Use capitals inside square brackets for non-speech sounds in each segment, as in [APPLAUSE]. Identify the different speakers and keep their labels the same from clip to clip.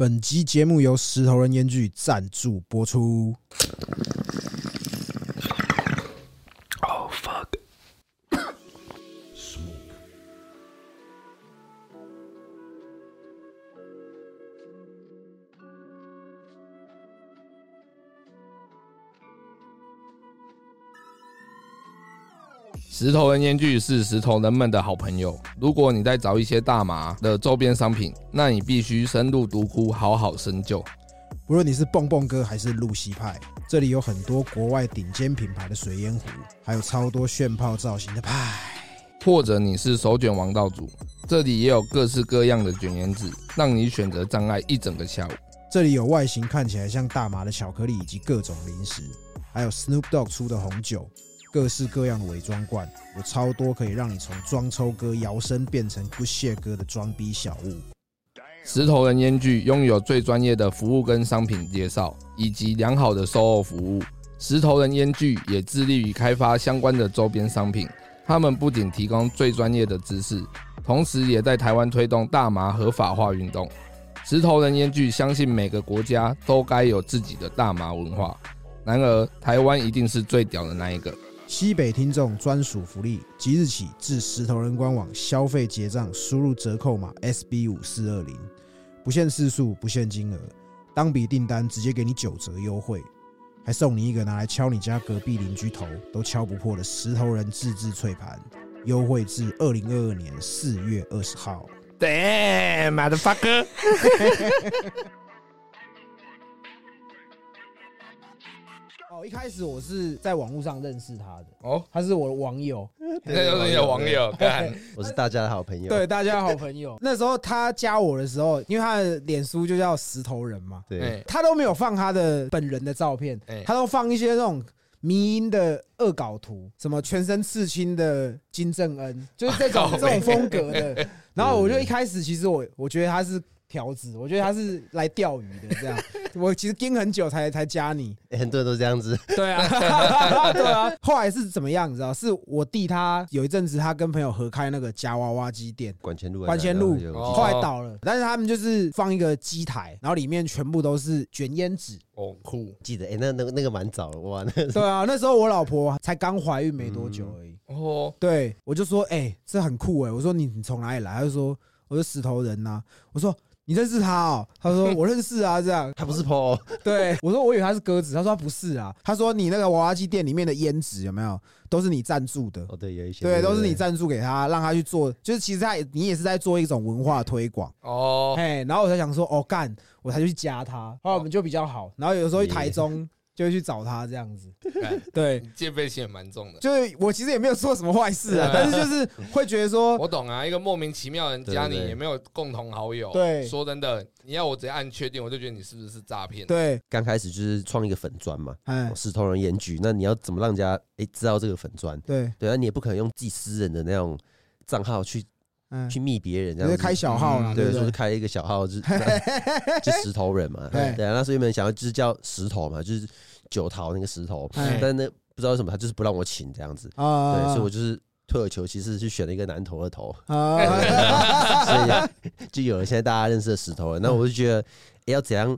Speaker 1: 本集节目由石头人烟剧赞助播出。
Speaker 2: Oh fuck！石头人烟具是石头人们的好朋友。如果你在找一些大麻的周边商品，那你必须深入独窟，好好深究。
Speaker 1: 不论你是蹦蹦哥还是露西派，这里有很多国外顶尖品牌的水烟壶，还有超多炫炮造型的派。
Speaker 2: 或者你是手卷王道主，这里也有各式各样的卷烟纸，让你选择障碍一整个下午。
Speaker 1: 这里有外形看起来像大麻的巧克力以及各种零食，还有 Snoop Dogg 出的红酒，各式各样的伪装罐，有超多可以让你从装抽哥摇身变成 Good Shit 哥的装逼小物。
Speaker 2: 石头人烟具拥有最专业的服务跟商品介绍，以及良好的售后服务。石头人烟具也致力于开发相关的周边商品。他们不仅提供最专业的知识，同时也在台湾推动大麻合法化运动。石头人烟具相信每个国家都该有自己的大麻文化，然而台湾一定是最屌的那一个。
Speaker 1: 西北听众专属福利，即日起至石头人官网消费结账，输入折扣码 SB 五四二零，不限次数，不限金额，当笔订单直接给你九折优惠，还送你一个拿来敲你家隔壁邻居头都敲不破的石头人自制脆盘，优惠至二零二二年四月二十号。
Speaker 2: Damn, motherfucker！
Speaker 1: 哦，一开始我是在网络上认识他的，
Speaker 2: 哦，
Speaker 1: 他是我的网友，
Speaker 2: 这就是有网
Speaker 1: [LAUGHS]
Speaker 2: 友干，
Speaker 3: [LAUGHS] 我是大家的好朋友。
Speaker 1: 对大家好朋友。 [LAUGHS] 那时候他加我的时候，因为他的脸书就叫石头人嘛，
Speaker 3: 对，
Speaker 2: 哎
Speaker 1: 他都没有放他的本人的照片，
Speaker 2: 哎
Speaker 1: 他都放一些那种迷因的恶搞图，什么全身刺青的金正恩，
Speaker 2: [LAUGHS]
Speaker 1: 就是这种
Speaker 2: 哦
Speaker 1: 这种风格的。 [LAUGHS] 然后我就一开始其实我我觉得他是条子，我觉得他是来钓鱼的这样。 [LAUGHS] 我其实盯很久才才加你， [LAUGHS]
Speaker 3: 哎很多人都这样子。
Speaker 1: 对啊，对啊。后来是怎么样？你知道？是我弟他有一阵子他跟朋友合开那个夹娃娃机店，
Speaker 3: 管前路，啊
Speaker 1: 管前路
Speaker 3: 有
Speaker 2: 哦
Speaker 1: 后来倒了，但是他们就是放一个机台，然后里面全部都是卷烟纸。
Speaker 2: 哦酷
Speaker 3: 记得哎，那那个那个蛮早了
Speaker 1: [LAUGHS]
Speaker 3: 哇，那
Speaker 1: 对啊，那时候我老婆才刚怀孕没多久而已。
Speaker 2: [LAUGHS] 哦，
Speaker 1: 对，我就说，哎、这很酷哎、我说你你从哪里来？他就说我是石头人呐、啊我说你认识他哦？他说我认识啊。这 [LAUGHS] 样，
Speaker 3: 他不是 PO，
Speaker 1: 对我说我以为他是鸽子，他说他不是啊。他说你那个娃娃机店里面的烟纸有没有都是你赞助的？
Speaker 3: 哦，对，有一些
Speaker 1: 对，都是你赞助给他，让他去做，就是其实他也你也是在做一种文化推广。
Speaker 2: 哦，
Speaker 1: 哎，然后我才想说，哦干，我才去加他，后来我们就比较好，然后有时候去台中就会去找他这样子，
Speaker 2: 干
Speaker 1: [LAUGHS] 对，
Speaker 2: [LAUGHS] 戒备心也蛮重的。
Speaker 1: 就是我其实也没有做什么坏事
Speaker 3: [LAUGHS]
Speaker 1: 啊，但是就是会觉得说，
Speaker 2: 我懂啊，一个莫名其妙的人加你，
Speaker 3: 对对对
Speaker 2: 也没有共同好友。
Speaker 1: 对
Speaker 2: 说真的，你要我直接按确定，我就觉得你是不是诈骗？
Speaker 1: 对，
Speaker 3: 刚开始就是创一个粉砖嘛，
Speaker 1: 哎，
Speaker 3: 石头人盐局，那你要怎么让人家哎知道这个粉砖？
Speaker 1: 对，
Speaker 3: 对，那你也不可能用自己私人的那种账号去
Speaker 1: 嗯，
Speaker 3: 去密别人，这
Speaker 1: 就是
Speaker 3: 样
Speaker 1: 开
Speaker 3: 子。
Speaker 1: 小号啦，
Speaker 2: 嗯
Speaker 1: 对
Speaker 3: 对，
Speaker 1: 不
Speaker 3: 说是
Speaker 1: 对？
Speaker 3: 开了一个小
Speaker 1: [LAUGHS]
Speaker 3: 号，就是就石头人嘛。
Speaker 1: 对
Speaker 3: 对啊，那时候原本想要就是叫石头嘛，就是九桃那个石头，
Speaker 1: 哎
Speaker 3: 但那不知道为什么他就是不让我请这样子。对，
Speaker 1: 啊
Speaker 3: 所以我就是退而求其次去选了一个男头
Speaker 1: [LAUGHS]
Speaker 3: 的头，
Speaker 1: 啊，
Speaker 3: 所以就有了现在大家认识的石头了。那我就觉得，诶要怎样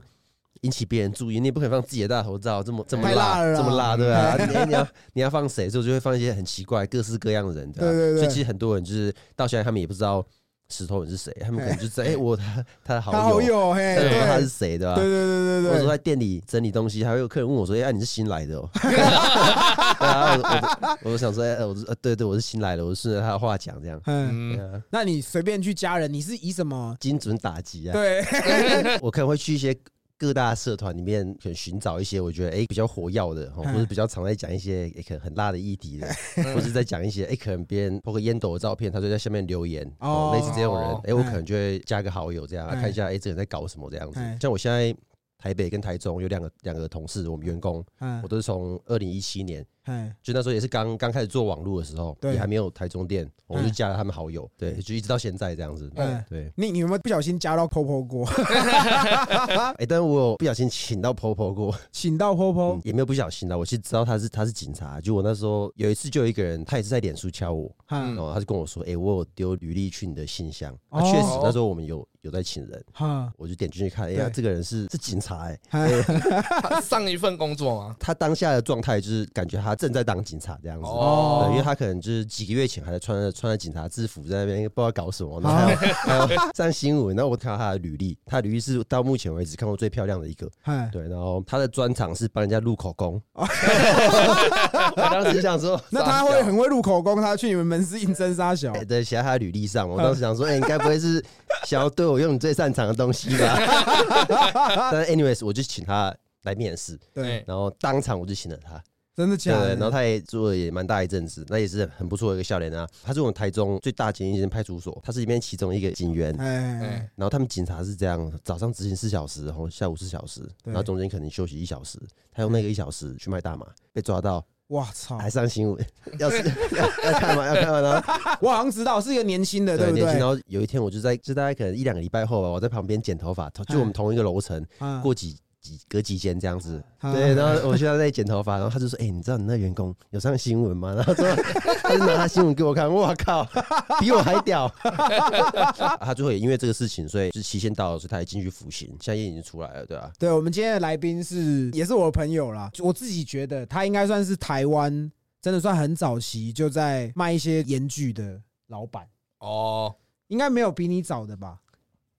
Speaker 3: 引起别人注意？你也不可以放自己的大头照，这么这么
Speaker 1: 太辣了啦
Speaker 3: 这么辣，对吧、你
Speaker 1: [LAUGHS]
Speaker 3: 你要你要放谁？所以我就会放一些很奇怪、各式各样的人，对吧、
Speaker 1: 对对对
Speaker 3: 所以其实很多人就是到现在他们也不知道石头人是谁，他们可能就知道，诶，我他他 [LAUGHS] 的好
Speaker 1: 他好
Speaker 3: 友，
Speaker 1: 友嘿，
Speaker 3: 但是
Speaker 1: 对
Speaker 3: 不知道他
Speaker 1: 对
Speaker 3: 是谁，对吧、
Speaker 1: 对对
Speaker 3: 或者
Speaker 1: 对对，
Speaker 3: 说在店里整理东西，还会有客人问我说：“哎、啊你是新来的哦、 [LAUGHS] 对啊，我我我想说，哎、呃我是呃，对对，我是新来的，我是顺呃着他的话讲这样。
Speaker 1: 嗯，
Speaker 3: 对
Speaker 2: 嗯，
Speaker 3: 啊，
Speaker 1: 那你随便去加人，你是以什么？
Speaker 3: 精准打击啊！
Speaker 1: 对， [LAUGHS]
Speaker 3: 我可能会去一些各大社团里面，可能寻找一些我觉得哎、比较火药的，哦
Speaker 1: 嗯
Speaker 3: 或者比较常在讲一些、哎可能很辣的
Speaker 1: [LAUGHS]
Speaker 3: 议题的，或者在讲一些哎、可能别人抛个烟斗的照片，他就在下面留言
Speaker 1: 哦
Speaker 3: 哦，类似这种人，哎、我
Speaker 1: 嗯
Speaker 3: 可能就会加个好友这样，啊
Speaker 1: 嗯
Speaker 3: 看一下哎、这个人在搞什么这样子
Speaker 1: 嗯。
Speaker 3: 像我现在台北跟台中有两个两个同事，我们员工。
Speaker 1: 嗯
Speaker 3: 我，都是从二零一七年
Speaker 1: 哎，
Speaker 3: 就那时候也是刚刚开始做网络的时候，
Speaker 1: 对
Speaker 3: 也还没有台中店，我们就加了他们好友，对，
Speaker 1: 嗯
Speaker 3: 就一直到现在这样子，
Speaker 1: 嗯
Speaker 3: 对。
Speaker 1: 你你有没有不小心加到 Popo 过， [LAUGHS]
Speaker 3: 哎，但是我有不小心请到 Popo 过，嗯
Speaker 1: 请到 Popo？
Speaker 3: 也没有不小心的，我其实知道他是他是警察，就我那时候有一次就有一个人，他也是在脸书敲我，
Speaker 1: 哈
Speaker 3: 然后他就跟我说，哎，我有丢履历去你的信箱，
Speaker 1: 嗯哦
Speaker 3: 啊那确实那时候我们有有在请人。
Speaker 1: 哈，
Speaker 3: 我就点进去看，哎呀，
Speaker 1: 对
Speaker 3: 这个人是是警察哎、
Speaker 1: 哈
Speaker 2: 他上一份工作
Speaker 3: [LAUGHS]
Speaker 2: 吗？
Speaker 3: 他当下的状态就是感觉他正在当警察这样子，
Speaker 2: 哦
Speaker 3: 对，因为他可能就是几个月前还在穿着穿着警察制服在那边不知道搞什么，然后还有还有上新闻，然后我看到他的履历，他的履历是到目前为止看过最漂亮的一个，
Speaker 1: 哈，
Speaker 3: 对，然后他的专长是帮人家录口供， [LAUGHS] 我当时想说。
Speaker 1: 那他会很会录口供，他去你们门市应征杀小
Speaker 3: 哎，对，写在他的履历上嘛。我当时想说，哎、你该不会是想要对我用你最擅长的东西吧？ [LAUGHS] 但是 anyways，我就请他来面试，
Speaker 1: 对，
Speaker 3: 然后当场我就请了他。
Speaker 1: 真的假
Speaker 3: 对，
Speaker 1: 的？
Speaker 3: 然后他也做了也蛮大一阵子，那也是很不错的一个笑脸啊。他是我们台中最大监狱间派出所，他是里面其中一个警员。
Speaker 1: 哎，
Speaker 3: 然后他们警察是这样，早上执行四小时，然后下午四小时，
Speaker 1: 对
Speaker 3: 然后中间可能休息一小时。他用那个一小时去卖大麻，被抓到，
Speaker 1: 哇操！
Speaker 3: 还上
Speaker 1: [LAUGHS]
Speaker 3: 新闻，要是 [LAUGHS] 要要看吗？要看吗？然后
Speaker 1: 我好像知道是一个年轻的，对不
Speaker 3: 年轻。
Speaker 1: 对
Speaker 3: 然？后有一天我就在，就大概可能一两个礼拜后吧，我在旁边剪头发，就
Speaker 1: 嗯
Speaker 3: 我们同一个楼层，
Speaker 1: 啊
Speaker 3: 过几几隔几间这样子，
Speaker 1: 啊
Speaker 3: 对，然后我去他那里剪头发，然后他就说：“哎、你知道你那员工有上新闻吗？”然后说他就拿他新闻给我看，我靠，比我还屌。 [LAUGHS] 啊他最后也因为这个事情，所以就是期限到了，所以他也进去服刑，现在也已经出来了，对啊吧、
Speaker 1: 对，我们今天的来宾是也是我的朋友啦，就我自己觉得他应该算是台湾真的算很早期就在卖一些盐具的老板，
Speaker 2: 哦，
Speaker 1: 应该没有比你早的吧？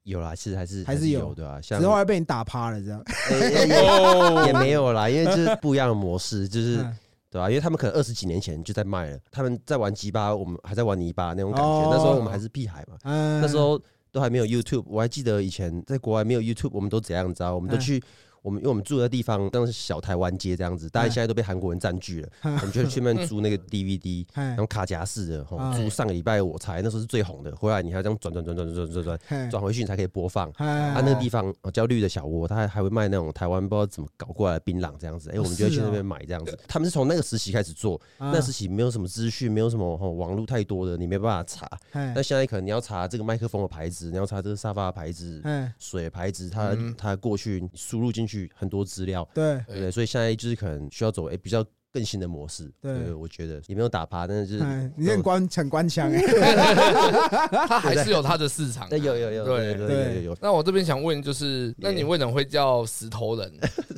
Speaker 3: 有啦，其实还是
Speaker 1: 还是
Speaker 3: 有，
Speaker 1: 有
Speaker 3: 对吧、像
Speaker 1: 只是后来被你打趴了这样。
Speaker 3: 哎哎
Speaker 1: [LAUGHS]
Speaker 2: 哦
Speaker 3: 也也没有啦，因为就是不一样的模式，就是
Speaker 1: 嗯
Speaker 3: 对啊吧、因为他们可能二十几年前就在卖了，他们在玩鸡巴，我们还在玩泥巴那种感觉。
Speaker 1: 哦
Speaker 3: 那时候我们还是屁孩嘛，
Speaker 1: 嗯
Speaker 3: 那时候都还没有 YouTube，我还记得以前在国外没有 YouTube，我们都怎样，你知道？我们都
Speaker 1: 嗯
Speaker 3: 去。我们因为我们住的地方当时小台湾街这样子，大家
Speaker 1: 嗯
Speaker 3: 现在都被韩国人占
Speaker 1: [LAUGHS]
Speaker 3: 据了，
Speaker 1: 嗯
Speaker 3: 我们就去那边租那个 DVD，
Speaker 1: 哎
Speaker 3: 然后卡夹式的，吼
Speaker 1: 嗯
Speaker 3: 租上个礼拜我才那时候是最红的，回来你还要这样转转转转转转转
Speaker 1: 嘿
Speaker 3: 转回去你才可以播放。
Speaker 1: 哎
Speaker 3: 啊，那个地方哦叫绿的小窝，他还还会卖那种台湾不知道怎么搞过来的槟榔这样子，哎，我们就会
Speaker 1: 是
Speaker 3: 去
Speaker 1: 哦嗯
Speaker 3: 那边买这样子。他们是从那个时期开始做，
Speaker 1: 啊
Speaker 3: 那时期没有什么资讯，没有什么吼网络太多的，你没办法查。
Speaker 1: 哎
Speaker 3: 但现在可能你要查这个麦克风的牌子，你要查这个沙发的牌子、
Speaker 1: 哎
Speaker 3: 水的牌子，它
Speaker 2: 嗯
Speaker 3: 它过去你输入进去很多资料，
Speaker 1: 对
Speaker 3: 对不对？所以现在就是可能需要走诶比较更新的模式。
Speaker 1: 对
Speaker 3: 对，我觉得也没有打趴，但是就是
Speaker 1: 哎，你很官很官
Speaker 3: [LAUGHS]
Speaker 1: 腔哎，
Speaker 2: [LAUGHS] 他还是有他的市场啊。
Speaker 3: 对有有有对
Speaker 2: 对
Speaker 3: 对对
Speaker 1: 对
Speaker 3: 有
Speaker 2: 那我这边想问，就是那你为什么会叫石
Speaker 3: [LAUGHS]
Speaker 2: 头人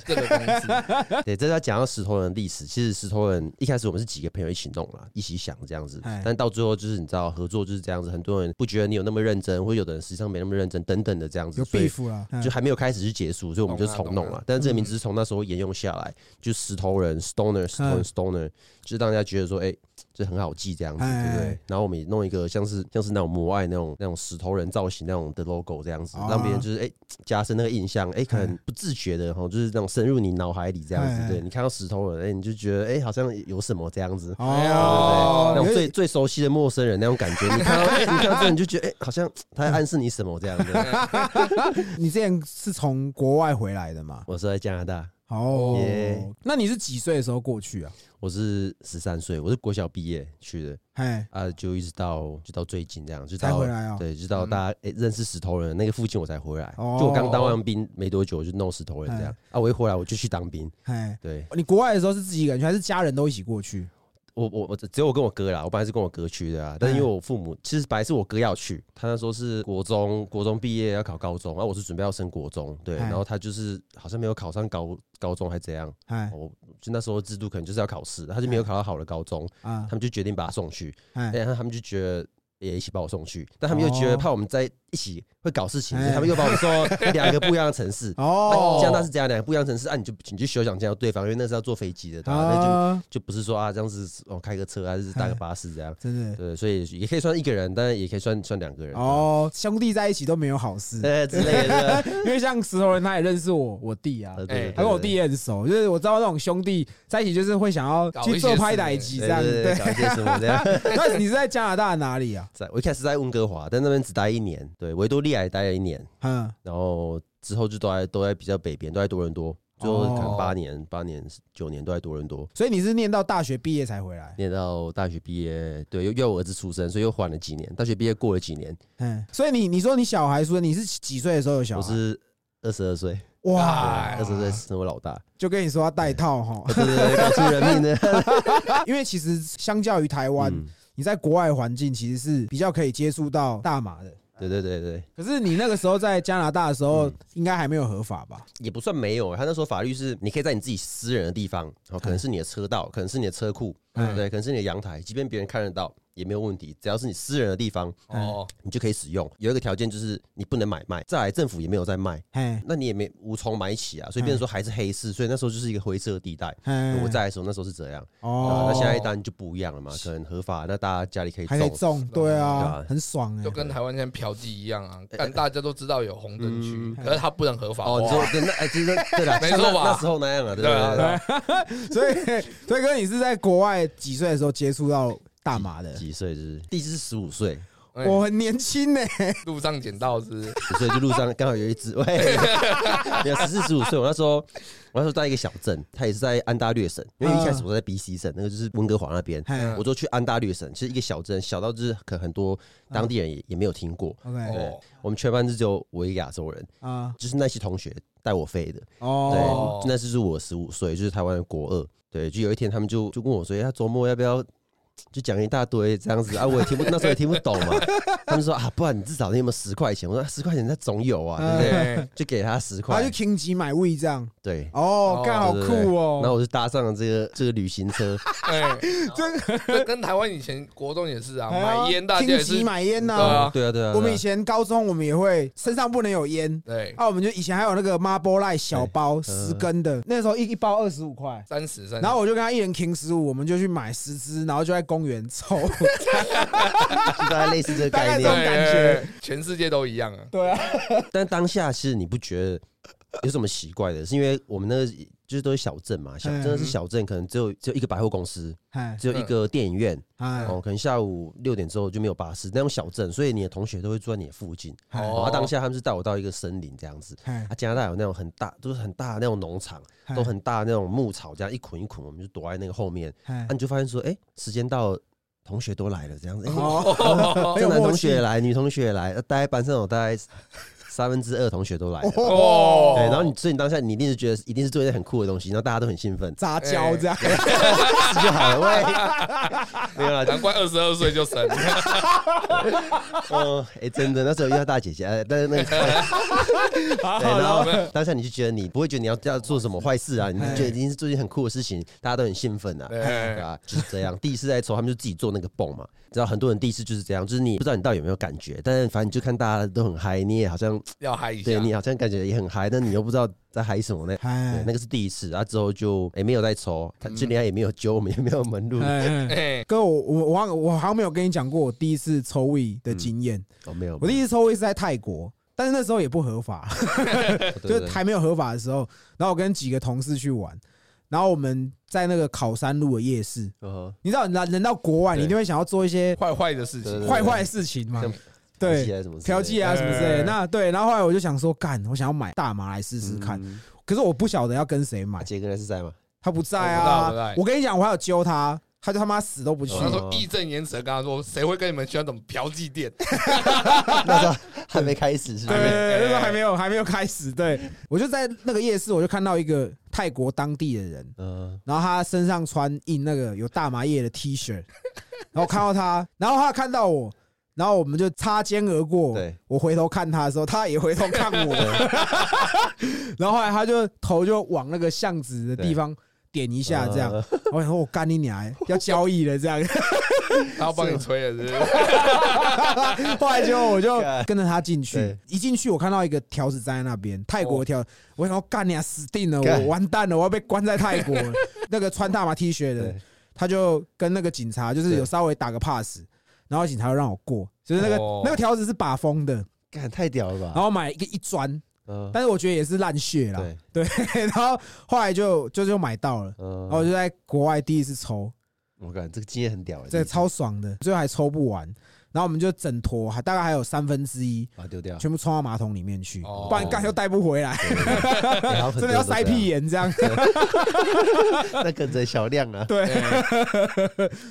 Speaker 2: 这个公司？
Speaker 3: 有对，这是要讲到石头人的历史。其实石头人一开始我们是几个朋友一起弄啦，一起想这样子
Speaker 1: 哎，
Speaker 3: 但到最后就是你知道合作就是这样子，很多人不觉得你有那么认真，或者有的人实际上没那么认真等等的这样子，
Speaker 1: 有
Speaker 3: 所以
Speaker 1: beef 啦，
Speaker 3: 就还没有开始去结束，所以我们就重弄
Speaker 2: 懂了懂
Speaker 3: 了
Speaker 2: 了。
Speaker 3: 但这个名字是从那时候沿用下来，就石头人 （stoner）、石头
Speaker 1: 嗯
Speaker 3: 人 （stoner），就是让大家觉得说，哎，这很好记这样子，
Speaker 1: 哎
Speaker 3: 对不对？然后我们也弄一个像是像是那种摩爱那种那种石头人造型那种的 logo 这样子
Speaker 1: 哦，
Speaker 3: 让别人就是哎加深那个印象，哎，可能
Speaker 1: 嗯
Speaker 3: 不自觉的哈，就是那种深入你脑海里这样
Speaker 1: 哎
Speaker 3: 子。对你看到石头人，哎，你就觉得哎好像有什么这样子。
Speaker 2: 哎呀
Speaker 1: 哦，
Speaker 3: 那种
Speaker 1: 有
Speaker 3: 最
Speaker 1: 点
Speaker 3: 最熟悉的陌生人那种感觉，你看到你看到这个你就觉得，哎、好像他在暗示你什么这
Speaker 1: [LAUGHS]
Speaker 3: 样的。
Speaker 1: 你之前是从国外回来的嘛？
Speaker 3: 我是在加拿大，
Speaker 1: 哦
Speaker 3: 耶，
Speaker 1: 那你是几岁的时候过去啊？
Speaker 3: 我是十三岁，我是国小毕业去的
Speaker 1: 哎，
Speaker 3: 啊，就一直到就到最近这样，就
Speaker 1: 才
Speaker 3: 到
Speaker 1: 回来哦
Speaker 3: 对，就到大家、诶认识石头人那个附近我才回来。
Speaker 1: 哦
Speaker 3: 就我刚当完兵没多久，我就弄石头人这样啊，我一回来我就去当兵。
Speaker 1: 哎，
Speaker 3: 对
Speaker 1: 你国外的时候是自己一个人去，还是家人都一起过去？
Speaker 3: 我我我只有我跟我哥啦，我本来是跟我哥去的
Speaker 1: 哎
Speaker 3: 啊，但是因为我父母其实本来是我哥要去，他那时候是国中国中毕业要考高中啊，我是准备要升国中，对，
Speaker 1: 哎
Speaker 3: 然后他就是好像没有考上高高中还怎样，
Speaker 1: 哎
Speaker 3: 我就那时候制度可能就是要考试，他就没有考到好的高中，
Speaker 1: 啊
Speaker 3: 他，们就决定把他送去，
Speaker 1: 哎
Speaker 3: 然后他们就觉得也一起把我送去，但他们又觉得
Speaker 1: 哦
Speaker 3: 怕我们在一起会搞事情，
Speaker 1: 哎
Speaker 3: 所以他们又把我们送
Speaker 1: [LAUGHS]
Speaker 3: 到两个不一样的城市。啊
Speaker 1: 哦，
Speaker 3: 加拿大是这样，两个不一样的城市，啊，你就你就休想见到对方，因为那是要坐飞机的，对吧？那就
Speaker 1: 啊，
Speaker 3: 就不是说啊，这样子哦，开个车啊还是
Speaker 1: 哎
Speaker 3: 搭个巴士这样。
Speaker 1: 真的
Speaker 3: 对，所以也可以算一个人，但也可以算算两个人。哦，
Speaker 1: 哦，兄弟在一起都没有好事，
Speaker 3: 对之
Speaker 1: [LAUGHS]
Speaker 3: 类的。
Speaker 1: 因为像石头人他也认识我，我弟啊，
Speaker 3: 呃对
Speaker 2: 哎
Speaker 1: 他跟我弟也很熟，就是我知道那种兄弟在一起就是会想要
Speaker 2: 搞一些
Speaker 1: 去做拍歹机这
Speaker 3: 对
Speaker 1: 样。
Speaker 3: 对对，
Speaker 1: 对，
Speaker 3: 搞一些什么这样？
Speaker 1: [LAUGHS] 那你是在加拿大哪里啊？
Speaker 3: 在我一开始在温哥华，但那边只待一年，对，维多利亚也待了一年，
Speaker 1: 嗯，
Speaker 3: 然后之后就都在都在比较北边，都在多伦多。最后可能
Speaker 1: 哦
Speaker 3: 八年、八年、九年都在多伦多。
Speaker 1: 所以你是念到大学毕业才回来，
Speaker 3: 念到大学毕业，对，又又我儿子出生，所以又缓了几年。大学毕业过了几年，
Speaker 1: 嗯，所以你你说你小孩说你是几岁的时候有小
Speaker 3: 我
Speaker 1: 孩？
Speaker 3: 是二十二岁，
Speaker 1: 哇
Speaker 2: 哎，
Speaker 3: 二十二岁成为老大，
Speaker 1: 就跟你说要戴套
Speaker 3: [LAUGHS]
Speaker 1: 哈，
Speaker 3: 对对对，搞出人
Speaker 1: [LAUGHS]
Speaker 3: 命的。
Speaker 1: 因为其实相较于台湾，
Speaker 3: 嗯
Speaker 1: 你在国外环境其实是比较可以接触到大麻的。
Speaker 3: 对对对对，
Speaker 1: 可是你那个时候在加拿大的时候，
Speaker 3: 嗯
Speaker 1: 应该还没有合法吧？
Speaker 3: 也不算没有。他那时候法律是，你可以在你自己私人的地方，哦，
Speaker 1: 哎
Speaker 3: 可能是你的车道，可能是你的车库，
Speaker 1: 嗯
Speaker 3: 对，可能是你的阳台，即便别人看得到也没有问题，只要是你私人的地方，
Speaker 2: 哦，
Speaker 3: 你就可以使用。有一个条件就是你不能买卖，再来政府也没有在卖，
Speaker 1: 嘿，
Speaker 3: 那你也没无从买起啊，所以变成
Speaker 1: 嗯
Speaker 3: 说还是黑市，所以那时候就是一个灰色地带。
Speaker 1: 嘿
Speaker 3: 我在的时候那时候是这样，啊
Speaker 1: 嗯哦，
Speaker 3: 那现在当然就不一样了嘛，可能合法，那大家家里可以
Speaker 1: 还可以
Speaker 3: 种。
Speaker 1: 中，对
Speaker 3: 对
Speaker 1: 啊
Speaker 3: 啊，
Speaker 1: 很爽哎
Speaker 2: 就。跟台湾现在嫖妓一样啊，但大家都知道有红灯区，
Speaker 1: 嗯
Speaker 2: 可是它不能合法
Speaker 3: 哎哦，你
Speaker 2: 化。
Speaker 3: 说对，那哎，就是对了，
Speaker 2: 没错
Speaker 3: 像那
Speaker 2: 吧
Speaker 3: 那时候那样啊，对不
Speaker 2: 对啊，对
Speaker 3: 对？
Speaker 2: 啊
Speaker 1: 所以， [LAUGHS] 所以哥，你是在国外几岁的时候接触到大麻的？
Speaker 3: 几岁就是？第一次是十五岁，
Speaker 2: 哎
Speaker 1: 我很年轻呢，
Speaker 2: 路上捡到是不是
Speaker 3: 十岁就路上刚好有一只，喂，没有十四十五岁，我那时候我那时候在一个小镇，他也是在安大略省，因为一开始我在 BC 省，那个就是温哥华那边，
Speaker 1: 嘿
Speaker 3: 我就去安大略省，其实一个小镇，小到就是可能很多当地人也也没有听过。
Speaker 1: ，OK
Speaker 3: 对
Speaker 2: 哦，
Speaker 3: 我们全班就只有我一个亚洲人，
Speaker 1: 啊，
Speaker 3: 就是那些同学带我飞的，
Speaker 1: 哦，
Speaker 2: 哦
Speaker 3: 对，那就是我十五岁，就是台湾的国二。对，就有一天他们就 [LAUGHS] 就问我说：“哎，他周末要不要？”就讲一大堆这样子
Speaker 1: [LAUGHS]
Speaker 3: 啊，我也听不那时候也听不懂嘛。 [LAUGHS] 他们说啊，不然你至少你有没有十块钱？我说啊十块钱那总有啊，对不对？
Speaker 2: 对？
Speaker 3: 就给他十
Speaker 1: 嗯他去
Speaker 3: 块，
Speaker 1: King 级买位这样，
Speaker 3: 对。
Speaker 1: 哦
Speaker 2: 哦，
Speaker 1: 干好
Speaker 3: 对对
Speaker 1: 酷
Speaker 3: 对
Speaker 1: 哦。
Speaker 3: 然后我就搭上了这个这个旅行
Speaker 1: [LAUGHS]
Speaker 3: 车，
Speaker 2: 哎，这跟台湾以前国中也是啊，买烟大家也
Speaker 1: 哎听
Speaker 2: 是
Speaker 1: 级买烟
Speaker 2: 对
Speaker 1: 呐。
Speaker 2: 啊
Speaker 3: 对啊对啊，
Speaker 1: 我们以前高中我们也会身上不能有烟，
Speaker 2: 对
Speaker 1: 啊，我们就以前还有那个 Marble Light 小包十根的，那时候一一包二十五块。
Speaker 2: 三十三十，
Speaker 1: 然后我就跟他一人 king 十五，我们就去买十支，然后就在公园抽。
Speaker 3: 就大概类似这个概
Speaker 1: 大
Speaker 2: 对
Speaker 1: 概
Speaker 3: 念，
Speaker 1: 感觉
Speaker 2: 哎全世界都一样啊。
Speaker 1: 对啊，
Speaker 3: 但当下其实你不觉得有什么奇怪的，是因为我们那个就是都是小镇嘛，小
Speaker 1: 嗯
Speaker 3: 真的是小镇，可能只有只有一个百货公司，
Speaker 1: 哎
Speaker 3: 只有一个电影院，
Speaker 1: 哎
Speaker 3: 哦，可能下午六点之后就没有巴士，那种小镇，所以你的同学都会住在你的附近。然后
Speaker 2: 哦，
Speaker 3: 当下他们是带我到一个森林这样子。
Speaker 1: 哎
Speaker 3: 啊，加拿大有那种很大，都、是很大的那种农场，
Speaker 1: 嗯
Speaker 3: 啊都很大的那种牧草，这样一捆一捆，我们就躲在那个后面。
Speaker 1: 哎
Speaker 3: 啊，你就发现说，哎、时间到了，同学都来了，这样子。哎、
Speaker 1: 哦，很
Speaker 3: 这 [LAUGHS]
Speaker 1: 有
Speaker 3: 男
Speaker 1: 默
Speaker 3: 同学也
Speaker 1: 契。，
Speaker 3: 来，女同学也来，呃大概班上有大概三分之二同学都来了。
Speaker 2: 哦
Speaker 3: 对，然后你所以你当下你一定是觉得一定是做一件很酷的东西，然后大家都很兴奋
Speaker 1: 杂交这样，
Speaker 3: 这就
Speaker 2: [LAUGHS]
Speaker 3: 好了喂。 [LAUGHS] 没有啦，
Speaker 2: 难怪二十二岁就生， [LAUGHS]
Speaker 3: 哦，哎、真的，那时候遇到大姐姐，呃但是
Speaker 2: [LAUGHS]
Speaker 3: 那个，对，然后当下你就觉得你不会觉得你要要做什么坏
Speaker 2: 哎
Speaker 3: 事啊，你就觉得一定是做一件很酷的事情，大家都很兴奋啊，
Speaker 2: 对
Speaker 3: 对啊，就是这样。第一次在抽，他们就自己做那个泵嘛，你知道很多人第一次就是这样，就是你不知道你到底有没有感觉，但是反正你就看大家都很嗨，你也好像
Speaker 2: 要嗨一下
Speaker 3: 对。你好像感觉也很嗨，但你又不知道在嗨什么呢。对，
Speaker 1: 哎
Speaker 3: 那个是第一次，然、后之后就哎、没有再抽，他就连他也没有揪我们，也 [LAUGHS] 没有门路，
Speaker 1: 嗯哎哎
Speaker 2: 哎，
Speaker 1: 哥，我我我忘了我好像没有跟你讲过我第一次抽胃的经验。
Speaker 3: 哦没有，
Speaker 1: 我第一次抽胃是在泰国，但是那时候也不合法，
Speaker 3: 哦
Speaker 1: 就
Speaker 3: 对
Speaker 1: 是还没有合法的时候。然后我跟几个同事去玩，然后我们在那个考山路的夜市，
Speaker 3: 哦，
Speaker 1: 你知道，人人到国外，
Speaker 3: 对
Speaker 1: 你一定会想要做一些
Speaker 2: 坏坏的事情
Speaker 3: 对，
Speaker 1: 坏坏的事情嘛
Speaker 3: 像，调
Speaker 1: 对，
Speaker 3: 剂啊什么之类的
Speaker 1: 调剂啊什么之类的。
Speaker 2: 哎
Speaker 1: 那对，然后后来我就想说，干，我想要买大麻来试试看，
Speaker 3: 嗯
Speaker 1: 可是我不晓得要跟谁
Speaker 3: 啊
Speaker 1: 买，
Speaker 3: 杰哥那是在吗？ [LAUGHS]
Speaker 1: 他不在
Speaker 2: 我不知道我不
Speaker 1: 啊
Speaker 2: 在。
Speaker 1: 我跟你讲，我还有揪他，他就他妈死都不去
Speaker 2: 他。说义正言辞地跟他说，谁会跟你们去那种嫖妓
Speaker 1: [LAUGHS]
Speaker 2: 店？
Speaker 3: 那时候还没哎开始是不
Speaker 1: 对，
Speaker 3: 是？
Speaker 1: 那时候还没有还没有开始。对，我就在那个夜市，我就看到一个泰国当地的人，
Speaker 3: 嗯，
Speaker 1: 然后他身上穿印那个有大麻叶的 T 恤，然后看到他，然后他看到我，然后我们就擦肩而过。
Speaker 3: 对，
Speaker 1: 我回头看他的时候，他也回头看我， [LAUGHS] 然后后来他就头就往那个巷子的地方点一下，这样。
Speaker 3: 呃
Speaker 1: 我想说，我干你娘，要交易了这样。 [LAUGHS]
Speaker 2: 然后帮你吹了，是不是？
Speaker 1: 后来就我就
Speaker 3: 干
Speaker 1: 跟着他进去
Speaker 3: 对，哦
Speaker 1: 一进去我看到一个条子站在那边，泰国条，我想说干你啊，死定了，
Speaker 3: 干
Speaker 1: 我完蛋了，我要被关在泰国了。那个穿大麻 T 恤的
Speaker 3: 对，
Speaker 1: 他就跟那个警察就是有
Speaker 3: 对
Speaker 1: 稍微打个 pass，然后警察就让我过，就是那个
Speaker 2: 哦
Speaker 1: 那个条子是把风的，
Speaker 3: 干太屌了
Speaker 1: 然
Speaker 3: 吧？
Speaker 1: 后买一个一砖，
Speaker 3: 嗯，
Speaker 1: 但是我觉得也是烂血啦，
Speaker 3: 哦对，
Speaker 1: [LAUGHS] 然后后来就就就买到了。然后我
Speaker 3: 嗯，
Speaker 1: 就在国外第一次抽，
Speaker 3: 我感这个经验很屌欸，
Speaker 1: 哦这个
Speaker 3: 个
Speaker 1: 超爽的，最后还抽不完。然后我们就整坨，还大概还有三分之一，
Speaker 3: 把它丢掉，
Speaker 1: 全部冲到马桶里面去，
Speaker 2: 哦
Speaker 1: 不然干又带不回来，[LAUGHS]
Speaker 3: 欸
Speaker 1: 真的要塞屁，眼这样。
Speaker 3: 好很多都这样那跟着小亮啊，
Speaker 1: [LAUGHS] 对，
Speaker 2: 对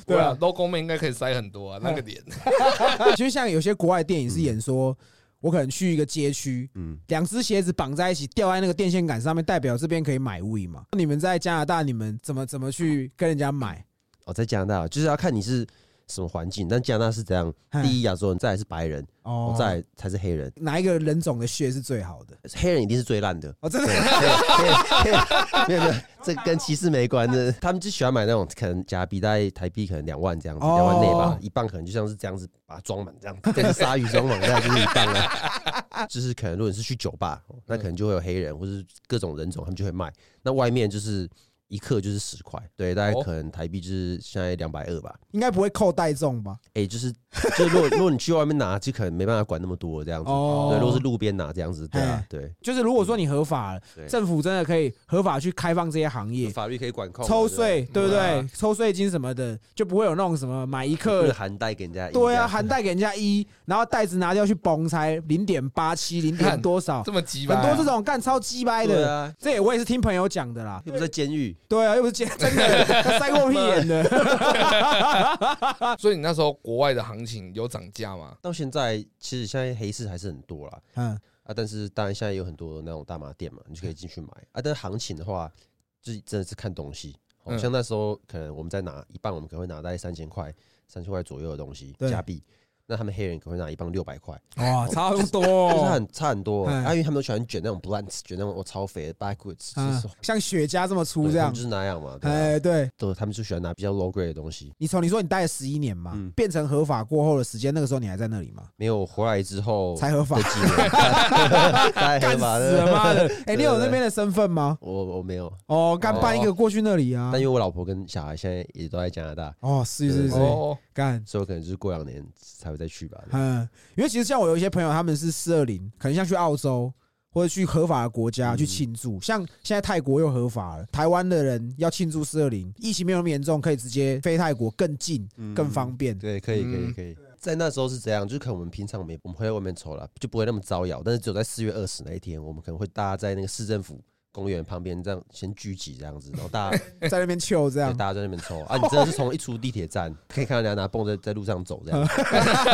Speaker 1: 对
Speaker 2: 哎啊
Speaker 1: 啊，
Speaker 2: 镂空面应该可以塞很多啊，
Speaker 1: 哎
Speaker 2: 那个脸。
Speaker 1: [LAUGHS] 其实像有些国外电影是演说，我可能去一个街区，
Speaker 3: 嗯，
Speaker 1: 两只鞋子绑在一起吊在那个电线杆上面，代表这边可以买位嘛。你们在加拿大，你们怎么怎么去跟人家买？
Speaker 3: 哦，在加拿大就是要看你是什么环境，但加拿大是怎样，
Speaker 1: 嗯
Speaker 3: 第一亚洲人，再来是白人，
Speaker 1: 哦
Speaker 3: 再来才是黑人，
Speaker 1: 哪一个人种的血是最好的？
Speaker 3: 黑人一定是最烂的。
Speaker 1: 哦，真的
Speaker 3: 对 [LAUGHS] 黑人黑人没有没有，这跟歧视没关的。他们就喜欢买那种可能加币大概台币可能两万这样子，
Speaker 1: 哦
Speaker 3: 两万内吧，一磅可能就像是这样子把它装满
Speaker 1: [LAUGHS]
Speaker 3: 这样子，这是鲨鱼装满，那 [LAUGHS] 就是一磅了。就是可能如果你是去酒吧，哦那可能就会有黑人或是各种人种，他们就会卖。那外面就是一克就是十块，对，大概可能台币就是现在两百二吧。
Speaker 1: [LAUGHS] 应该不会扣带重吧？
Speaker 3: 哎、就是就是，如果 [LAUGHS] 如果你去外面拿，就可能没办法管那么多这样子。
Speaker 1: 哦哎
Speaker 3: 对，如果是路边拿这样子，对啊，对，
Speaker 1: 就是如果说你合法了，
Speaker 3: 嗯对
Speaker 1: 政府真的可以合法去开放这些行业，
Speaker 3: 法律可以管控
Speaker 1: 抽税，对不
Speaker 2: 对啊
Speaker 1: 对？抽税金什么的，就不会有那种什么买一
Speaker 3: 就
Speaker 1: 克
Speaker 3: 是含带给人家赢这样。
Speaker 1: 对啊，含带给人家一，然后袋子拿掉去崩才零点八七，零点多少，
Speaker 2: 这么鸡巴、啊
Speaker 1: 很多这种干超鸡掰
Speaker 3: 对
Speaker 1: 的。
Speaker 3: 啊，
Speaker 1: 这也我也是听朋友讲的啦
Speaker 3: 又，不是在监狱，
Speaker 1: 对啊，又不是真真
Speaker 3: [LAUGHS]
Speaker 1: 的他塞过屁眼的，啊
Speaker 2: 所以你那时候国外的行情有涨价吗？
Speaker 3: 到现在其实现在黑市还是很多啦
Speaker 1: 嗯，
Speaker 3: 啊，但是当然现在有很多那种大麻店嘛，你就可以进去买啊。但是行情的话，就是真的是看东西，哦
Speaker 2: 嗯
Speaker 3: 像那时候可能我们在拿一磅，我们可能会拿大概三千块、三千块左右的东西
Speaker 1: 对
Speaker 3: 加币。那他们黑人可能会拿一磅六百块，
Speaker 1: 哇，差不多
Speaker 3: 就是
Speaker 1: 哦，
Speaker 3: 很差很多、
Speaker 1: 嗯
Speaker 3: 啊，因为他们都喜欢卷那种 blunts，卷那种我超肥的 backwards，就
Speaker 1: 嗯
Speaker 3: 是、，
Speaker 1: 像雪茄这么粗
Speaker 3: 对
Speaker 1: 这
Speaker 3: 他
Speaker 1: 样
Speaker 3: 们就，是那样嘛，对啊、
Speaker 1: 哎，对
Speaker 3: 对，他们就喜欢拿比较 low grade 的东西。
Speaker 1: 你从你说你待了十一年嘛
Speaker 3: 嗯，
Speaker 1: 变成合法过后的时间，那个时候你还在那里吗？
Speaker 3: 没有回来之后
Speaker 1: 才合法
Speaker 3: 的，
Speaker 1: [LAUGHS]
Speaker 3: 几年，太
Speaker 1: 干
Speaker 3: 黑
Speaker 1: 死
Speaker 3: 马
Speaker 1: 了
Speaker 3: 了。
Speaker 1: 妈的！哎，
Speaker 3: 对
Speaker 1: 你有那边的身份吗？
Speaker 3: 我我没有，
Speaker 1: 哦，干
Speaker 2: 哦
Speaker 1: 办一个过去那里啊
Speaker 3: 但因。为我老婆跟小孩现在也都在加拿大，
Speaker 1: 哦，是是是，
Speaker 2: 哦，
Speaker 1: 干
Speaker 3: 所以我可能就是过两年才会再去吧。
Speaker 1: 嗯，因为其实像我有一些朋友，他们是四二零，可能像去澳洲或者去合法的国
Speaker 3: 嗯
Speaker 1: 家去庆祝，像现在泰国又合法了，台湾的人要庆祝四二零，疫情没有那么严重，可以直接飞泰国，更近、更方便。
Speaker 3: 嗯对，可以，可以，
Speaker 2: 嗯
Speaker 3: 可以。在那时候是这样，就是可能我们平常没我们会在外面抽了，就不会那么招摇。但是只有在四月二十那一天，我们可能会大家在那个市政府公园旁边这样先聚集这样子，然后
Speaker 1: [LAUGHS]
Speaker 3: 大家
Speaker 1: 在那边 chill 这
Speaker 3: 对
Speaker 1: 样，
Speaker 3: 大家在那边抽啊。你真的是从一出地铁站可以看到人家拿泵在在路上走
Speaker 1: [LAUGHS]
Speaker 3: 这样。但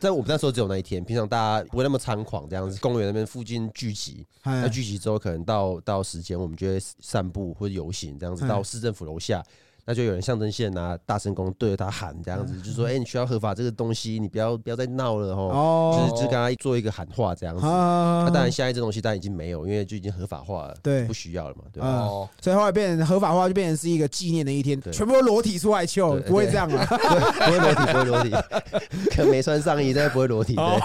Speaker 3: 但我们那时候只有那一天，平常大家不会那么猖狂这样子。公园那边附近聚集，那
Speaker 1: 哎，
Speaker 3: 聚集之后，可能到到时间，我们就会散步或者游行这样子，
Speaker 1: 嗯
Speaker 3: 到市政府楼下。那就有人象征性地拿大声公对着他喊，这样
Speaker 1: 嗯
Speaker 3: 子就说：“哎、你需要合法这个东西，你不要不要再闹了哦。就是
Speaker 1: 哦，
Speaker 3: 就是跟他做一个喊话这样子。
Speaker 1: 啊
Speaker 3: 那、当然，现在这东西当然已经没有，因为就已经合法化了，
Speaker 1: 对
Speaker 3: 不需要了嘛，对吧？
Speaker 1: 嗯
Speaker 2: 哦，
Speaker 1: 所以后来变成合法化，就变成是一个纪念的一天，
Speaker 3: 对
Speaker 1: 全部都裸体出来 chill，
Speaker 3: 对
Speaker 1: 不会这样了。 [LAUGHS]
Speaker 3: 不会裸体，不会裸体， [LAUGHS] 可能没穿上衣，但是不会裸体。对，
Speaker 1: 哦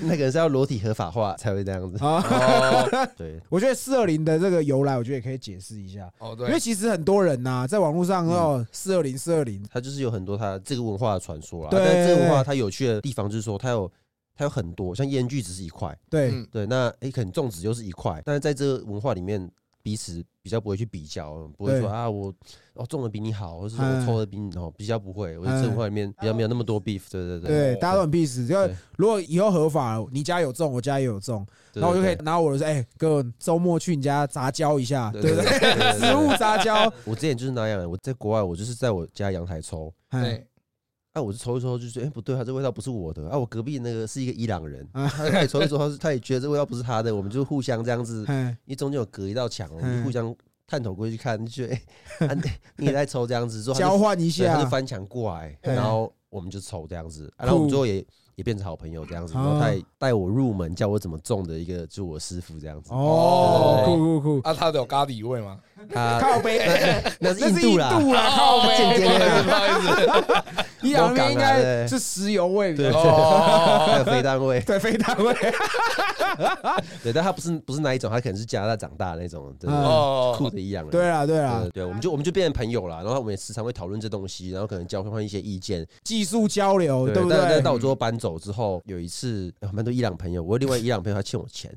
Speaker 3: [LAUGHS] 那可能是要裸体合法化才会这样
Speaker 1: [LAUGHS]
Speaker 3: 子。
Speaker 1: 啊，
Speaker 2: 哦，
Speaker 3: 对，
Speaker 1: 我觉得四二零的这个由来，我觉得也可以解释一下，
Speaker 2: 哦，
Speaker 1: 因为
Speaker 2: 对，
Speaker 1: 其实很多人呐，在网络
Speaker 3: 嗯
Speaker 1: 上哦，四二零四二零，
Speaker 3: 它就是有很多它这个文化的传说啦。
Speaker 1: 对
Speaker 3: 但这个文化它有趣的地方就是说，它有它有很多，像烟具只是一块，
Speaker 1: 对，
Speaker 2: 嗯，
Speaker 3: 对，那诶可能种植又是一块，但是在这个文化里面，彼此比较不会去比较，不会
Speaker 1: 对
Speaker 3: 说啊我哦种的比你好，或是
Speaker 1: 嗯
Speaker 3: 我抽的比你好，比较不会。我觉得这个文化里面比较没有那么多 beef，对对对。
Speaker 1: 对，大家都很 peace。就
Speaker 3: 对
Speaker 1: 如果以后合法了，你家有种，我家也有种，然后我就可以拿我的说，哎，哥，周末去你家杂交一下，对不对？
Speaker 3: 对
Speaker 1: 植物杂交，
Speaker 3: 我之前就是那样的，我在国外，我就是在我家阳台抽。
Speaker 1: 哎，
Speaker 2: 对，
Speaker 3: 啊，我就抽一抽，就觉得哎、不对啊，这味道不是我的啊。我隔壁那个是一个伊朗人，
Speaker 1: 啊
Speaker 3: 他也抽一抽，他是他也觉得这味道不是他的，我们就互相这
Speaker 1: [LAUGHS]
Speaker 3: 样子
Speaker 1: 哎，
Speaker 3: 因为中间有隔一道墙，我
Speaker 1: 嗯
Speaker 3: 们就互相探头过去看，就觉得哎、啊你你也在抽这样子，之后他
Speaker 1: 交
Speaker 3: 就
Speaker 1: 换一
Speaker 3: 对他
Speaker 1: 下
Speaker 3: 就，翻墙过来，
Speaker 1: 嗯
Speaker 3: 然后我们就抽这样子，啊然后我们最后也也变成好朋友这样子，然
Speaker 1: 哦
Speaker 3: 后他也带我入门，教我怎么种的一个，就我师傅这样子。
Speaker 1: 哦，
Speaker 2: 对
Speaker 1: 酷酷酷，
Speaker 2: 啊，它有咖喱味吗？
Speaker 3: 他
Speaker 1: 靠背，
Speaker 3: 啊那
Speaker 1: 那
Speaker 3: 是
Speaker 1: 是印
Speaker 3: 印度啦，
Speaker 1: 度啦，靠
Speaker 2: 哦
Speaker 1: 背，
Speaker 3: 间接
Speaker 2: 不好意
Speaker 3: 的
Speaker 2: 思，
Speaker 1: [LAUGHS]
Speaker 2: 不好意思，
Speaker 1: 伊朗那边应该
Speaker 3: 对
Speaker 1: 是石油味比较
Speaker 3: 对还有
Speaker 2: 哦，
Speaker 3: 飞单位，
Speaker 1: 对，非单位，
Speaker 3: 对，但他不是不是那一种，他可能是加拿大长大的那种，对，
Speaker 1: 嗯
Speaker 2: 哦，
Speaker 3: 酷的一样。
Speaker 1: 对啦对啦
Speaker 3: 对，对，我们就我们就变成朋友啦，然后我们也时常会讨论这东西，然后可能交换一些意见，
Speaker 1: 技术交流，哦对
Speaker 3: 但
Speaker 1: 不
Speaker 3: 但
Speaker 1: 对？
Speaker 3: 到我最后搬走之后，有一次哎我蛮多伊朗朋友，我有另外伊朗朋友他欠我钱，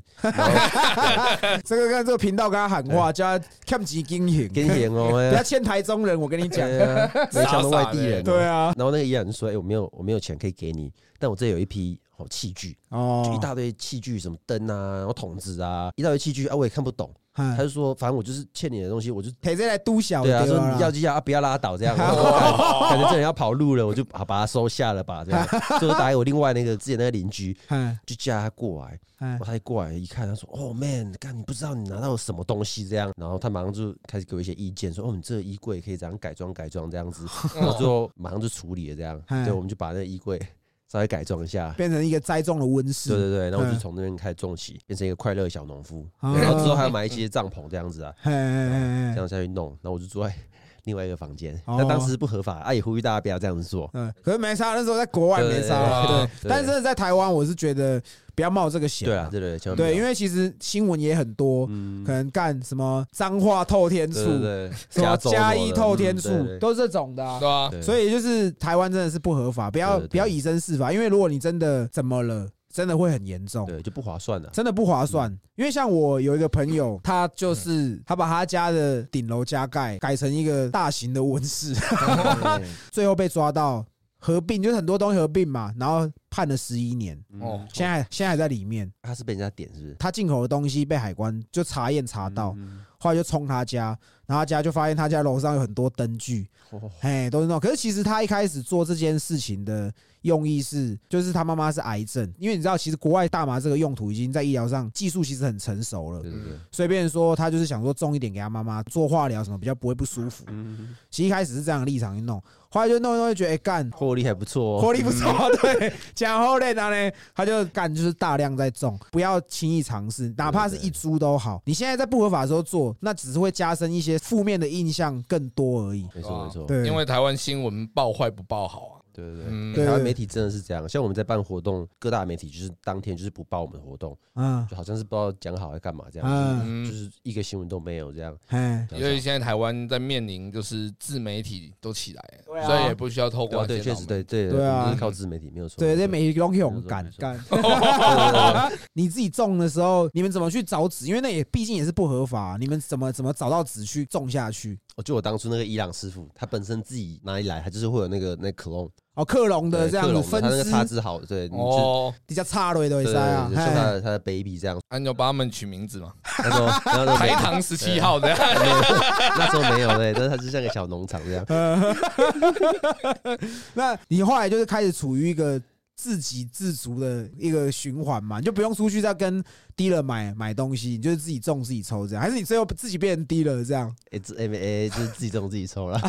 Speaker 1: 这个跟这个频道跟他喊话，叫他看几经营，
Speaker 3: 给你钱哦，
Speaker 1: [LAUGHS]
Speaker 3: 哎
Speaker 1: 不要
Speaker 3: 呀
Speaker 1: 欠台中人，我跟你讲
Speaker 3: 哎，呀没想到外地人，
Speaker 1: 对。啊，
Speaker 3: 然后那那个依然说，哎、我没有我没有钱可以给你，但我这有一批哦器具，就一
Speaker 1: 哦，
Speaker 3: 大堆器具，什么灯啊，然后桶子啊，一大堆器具啊，我也看不懂。他
Speaker 1: 嘿
Speaker 3: 就说，反正我就是欠你的东西，我就
Speaker 1: 陪这来嘟小
Speaker 3: 对
Speaker 1: 的
Speaker 3: 啊，哦
Speaker 1: 对
Speaker 3: 说
Speaker 1: 吧
Speaker 3: 你要就要，啊不要拉倒 [LAUGHS] 这样。我说感感觉这人要跑路了，我就把把他收下了吧，这样。最后打给我另外那个之前那个邻居，
Speaker 1: 嘿
Speaker 3: 就叫他过来，
Speaker 1: 嘿
Speaker 3: 然后他一过来一看，他说：“哦、man，干你不知道你拿到什么东西这样。”然后他马上就开始给我一些意见，说：“哦，你这个衣柜可以怎样改装改装这样 [LAUGHS] 子。”然后最后马上就处理了这样。
Speaker 1: 嗯
Speaker 3: 对，我们就把那个衣柜稍微改装一下。
Speaker 1: 变成一个栽种的温
Speaker 3: 对
Speaker 1: 室，
Speaker 3: 对对，然后我就
Speaker 1: 嗯
Speaker 3: 从那边开始种起，变成一个快乐小农夫。
Speaker 1: 啊
Speaker 3: 对然后之后还要买一些帐篷这样子啊，
Speaker 1: 嘿嘿嘿
Speaker 3: 这
Speaker 1: 嘿。
Speaker 3: 样下去弄。然后我就住在 [LAUGHS] 另外一个房间，
Speaker 1: 哎哦
Speaker 3: 但当时不合法，啊也呼吁大家不要这样子做。
Speaker 1: 嗯，可是没差，那时候在国外没差，
Speaker 2: 对对
Speaker 1: 对
Speaker 2: 对。
Speaker 3: 对
Speaker 1: 但是真的在台湾，我是觉得不要冒这个险
Speaker 3: 对啊
Speaker 1: 啊，，
Speaker 3: 对对对，千万不要嗯
Speaker 1: 对，因为其实新闻也很多，可能干什么脏话透天
Speaker 3: 对
Speaker 1: 醋，
Speaker 3: 对对，
Speaker 1: 什么
Speaker 3: 州
Speaker 1: 嘉
Speaker 3: 什么
Speaker 1: 义
Speaker 3: 的
Speaker 1: 透
Speaker 3: 嗯
Speaker 1: 天
Speaker 3: 对
Speaker 1: 醋，
Speaker 3: 对
Speaker 1: 都是这种的啊。
Speaker 2: 对啊，
Speaker 3: 对
Speaker 1: 所以就是台湾真的是不合法，不要
Speaker 3: 对对对
Speaker 1: 不要以身试法，因为如果你真的怎么了，真的会很严重，
Speaker 3: 对就不
Speaker 1: [LAUGHS]
Speaker 3: 划算了。
Speaker 1: 真的不划算。因为像我有一个朋友， [LAUGHS] 他就是他把他家的顶楼加盖改成一个大型的温室，
Speaker 3: 对
Speaker 1: [LAUGHS] 最后被抓到合并，就是很多东西合并嘛，然后判了十一年，
Speaker 2: 哦
Speaker 3: 哦，
Speaker 1: 现在现在还在里面。
Speaker 3: 他是被人家点是不嗯是？
Speaker 1: 他进口的东西被海关就查验查到，后来就冲他家，然后他家就发现他家楼上有很多灯具，
Speaker 3: 哦
Speaker 1: 哎，都是那种。可是其实他一开始做这件事情的用意是，就是他妈妈是癌症，因为你知道，其实国外大麻这个用途已经在医疗上技术其实很成熟了，
Speaker 3: 对对对，
Speaker 1: 所以变成说他就是想说种一点给他妈妈做化疗什么比较不会不舒服。
Speaker 3: 嗯，
Speaker 1: 其实一开始是这样的立场去弄，后来就弄一弄就觉得哎干。
Speaker 3: 获利还不错哦，
Speaker 1: 活力不错，对，讲后嘞，然后呢，他就干就是大量在种，不要轻易尝试，哪怕是一株都好。你现在在不合法的时候做，那只是会加深一些负面的印象更多而已。
Speaker 3: 没错没错，
Speaker 1: 对，
Speaker 2: 因为台湾新闻报坏不报好啊，
Speaker 3: 对对对。
Speaker 2: 嗯，
Speaker 1: 对
Speaker 3: 台湾媒体真的是这样，像我们在办活动，各大媒体就是当天就是不报我们活动， [LAUGHS]
Speaker 1: 嗯，
Speaker 3: 就好像是不知道讲好要干嘛这样，
Speaker 1: 嗯，
Speaker 2: 嗯
Speaker 3: 就是一个新闻都没有这样。
Speaker 1: 哎，
Speaker 2: 因为现在台湾在面临就是自媒体都起来
Speaker 1: 对
Speaker 2: 了，
Speaker 1: 啊
Speaker 2: 所以也不需要透过
Speaker 3: 对，确实对对
Speaker 1: 对啊
Speaker 3: 我们是靠自媒体没有错。
Speaker 1: 对，这
Speaker 3: 对
Speaker 1: 每一个东西勇敢
Speaker 3: 没错
Speaker 1: 干。
Speaker 3: 对哦
Speaker 1: 你自己种的时候，你们怎么去找籽？因为那也毕竟也是不合法、啊你们怎么怎么找到籽去种下去？
Speaker 3: [LAUGHS] 我就我当初那个伊朗师傅，他本身自己哪里来，他就是会有那个那 clone
Speaker 1: 哦，克隆的
Speaker 3: 对
Speaker 1: 这样
Speaker 3: 克
Speaker 1: 子
Speaker 3: 隆的
Speaker 1: 分
Speaker 3: 他那个插
Speaker 1: 支，
Speaker 3: 枝好，对，你就
Speaker 2: 哦，
Speaker 1: 比较差的都会
Speaker 3: 对对
Speaker 1: 塞啊
Speaker 3: 对，就像他
Speaker 1: 哎
Speaker 3: 的他的 baby 这样。
Speaker 2: 那你就帮他们取名字嘛，
Speaker 3: 那时 [LAUGHS] 候，然后那时候
Speaker 2: 台糖十七号这样，
Speaker 3: [LAUGHS] 那时候没有对，但是他就像个小农场这样。
Speaker 1: 呃那你后来就是开始处于一个自给自足的一个循环嘛，你就不用出去再跟 dealer 买买东西，你就是自己种自己抽这样，还是你最后自己变成 dealer 这样？
Speaker 3: 哎，这 M A 就是自己种自己抽了。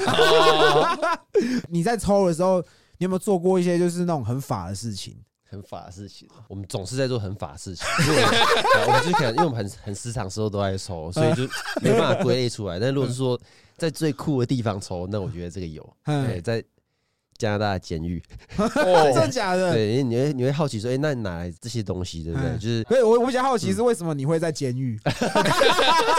Speaker 1: 你在抽的时候，你有没有做过一些就是那种很法的事情？
Speaker 3: 很法的事情，我们总是在做很法的事情， [LAUGHS] 因为我们对啊我们就可能因为我们很很时常时候都在抽，所以就没办法归类出来。但如果是说在最酷的地方抽，那我觉得这个有，
Speaker 1: 嗯
Speaker 3: 对，在加拿大的监狱，
Speaker 1: 啊真的
Speaker 2: 哦，
Speaker 1: 假的？
Speaker 3: 对，因为你会你会好奇说，哎，那你哪来这些东西，对不对？
Speaker 1: 嗯
Speaker 3: 就是
Speaker 1: 所以我我比较好奇是为什么你会在监狱？
Speaker 3: 这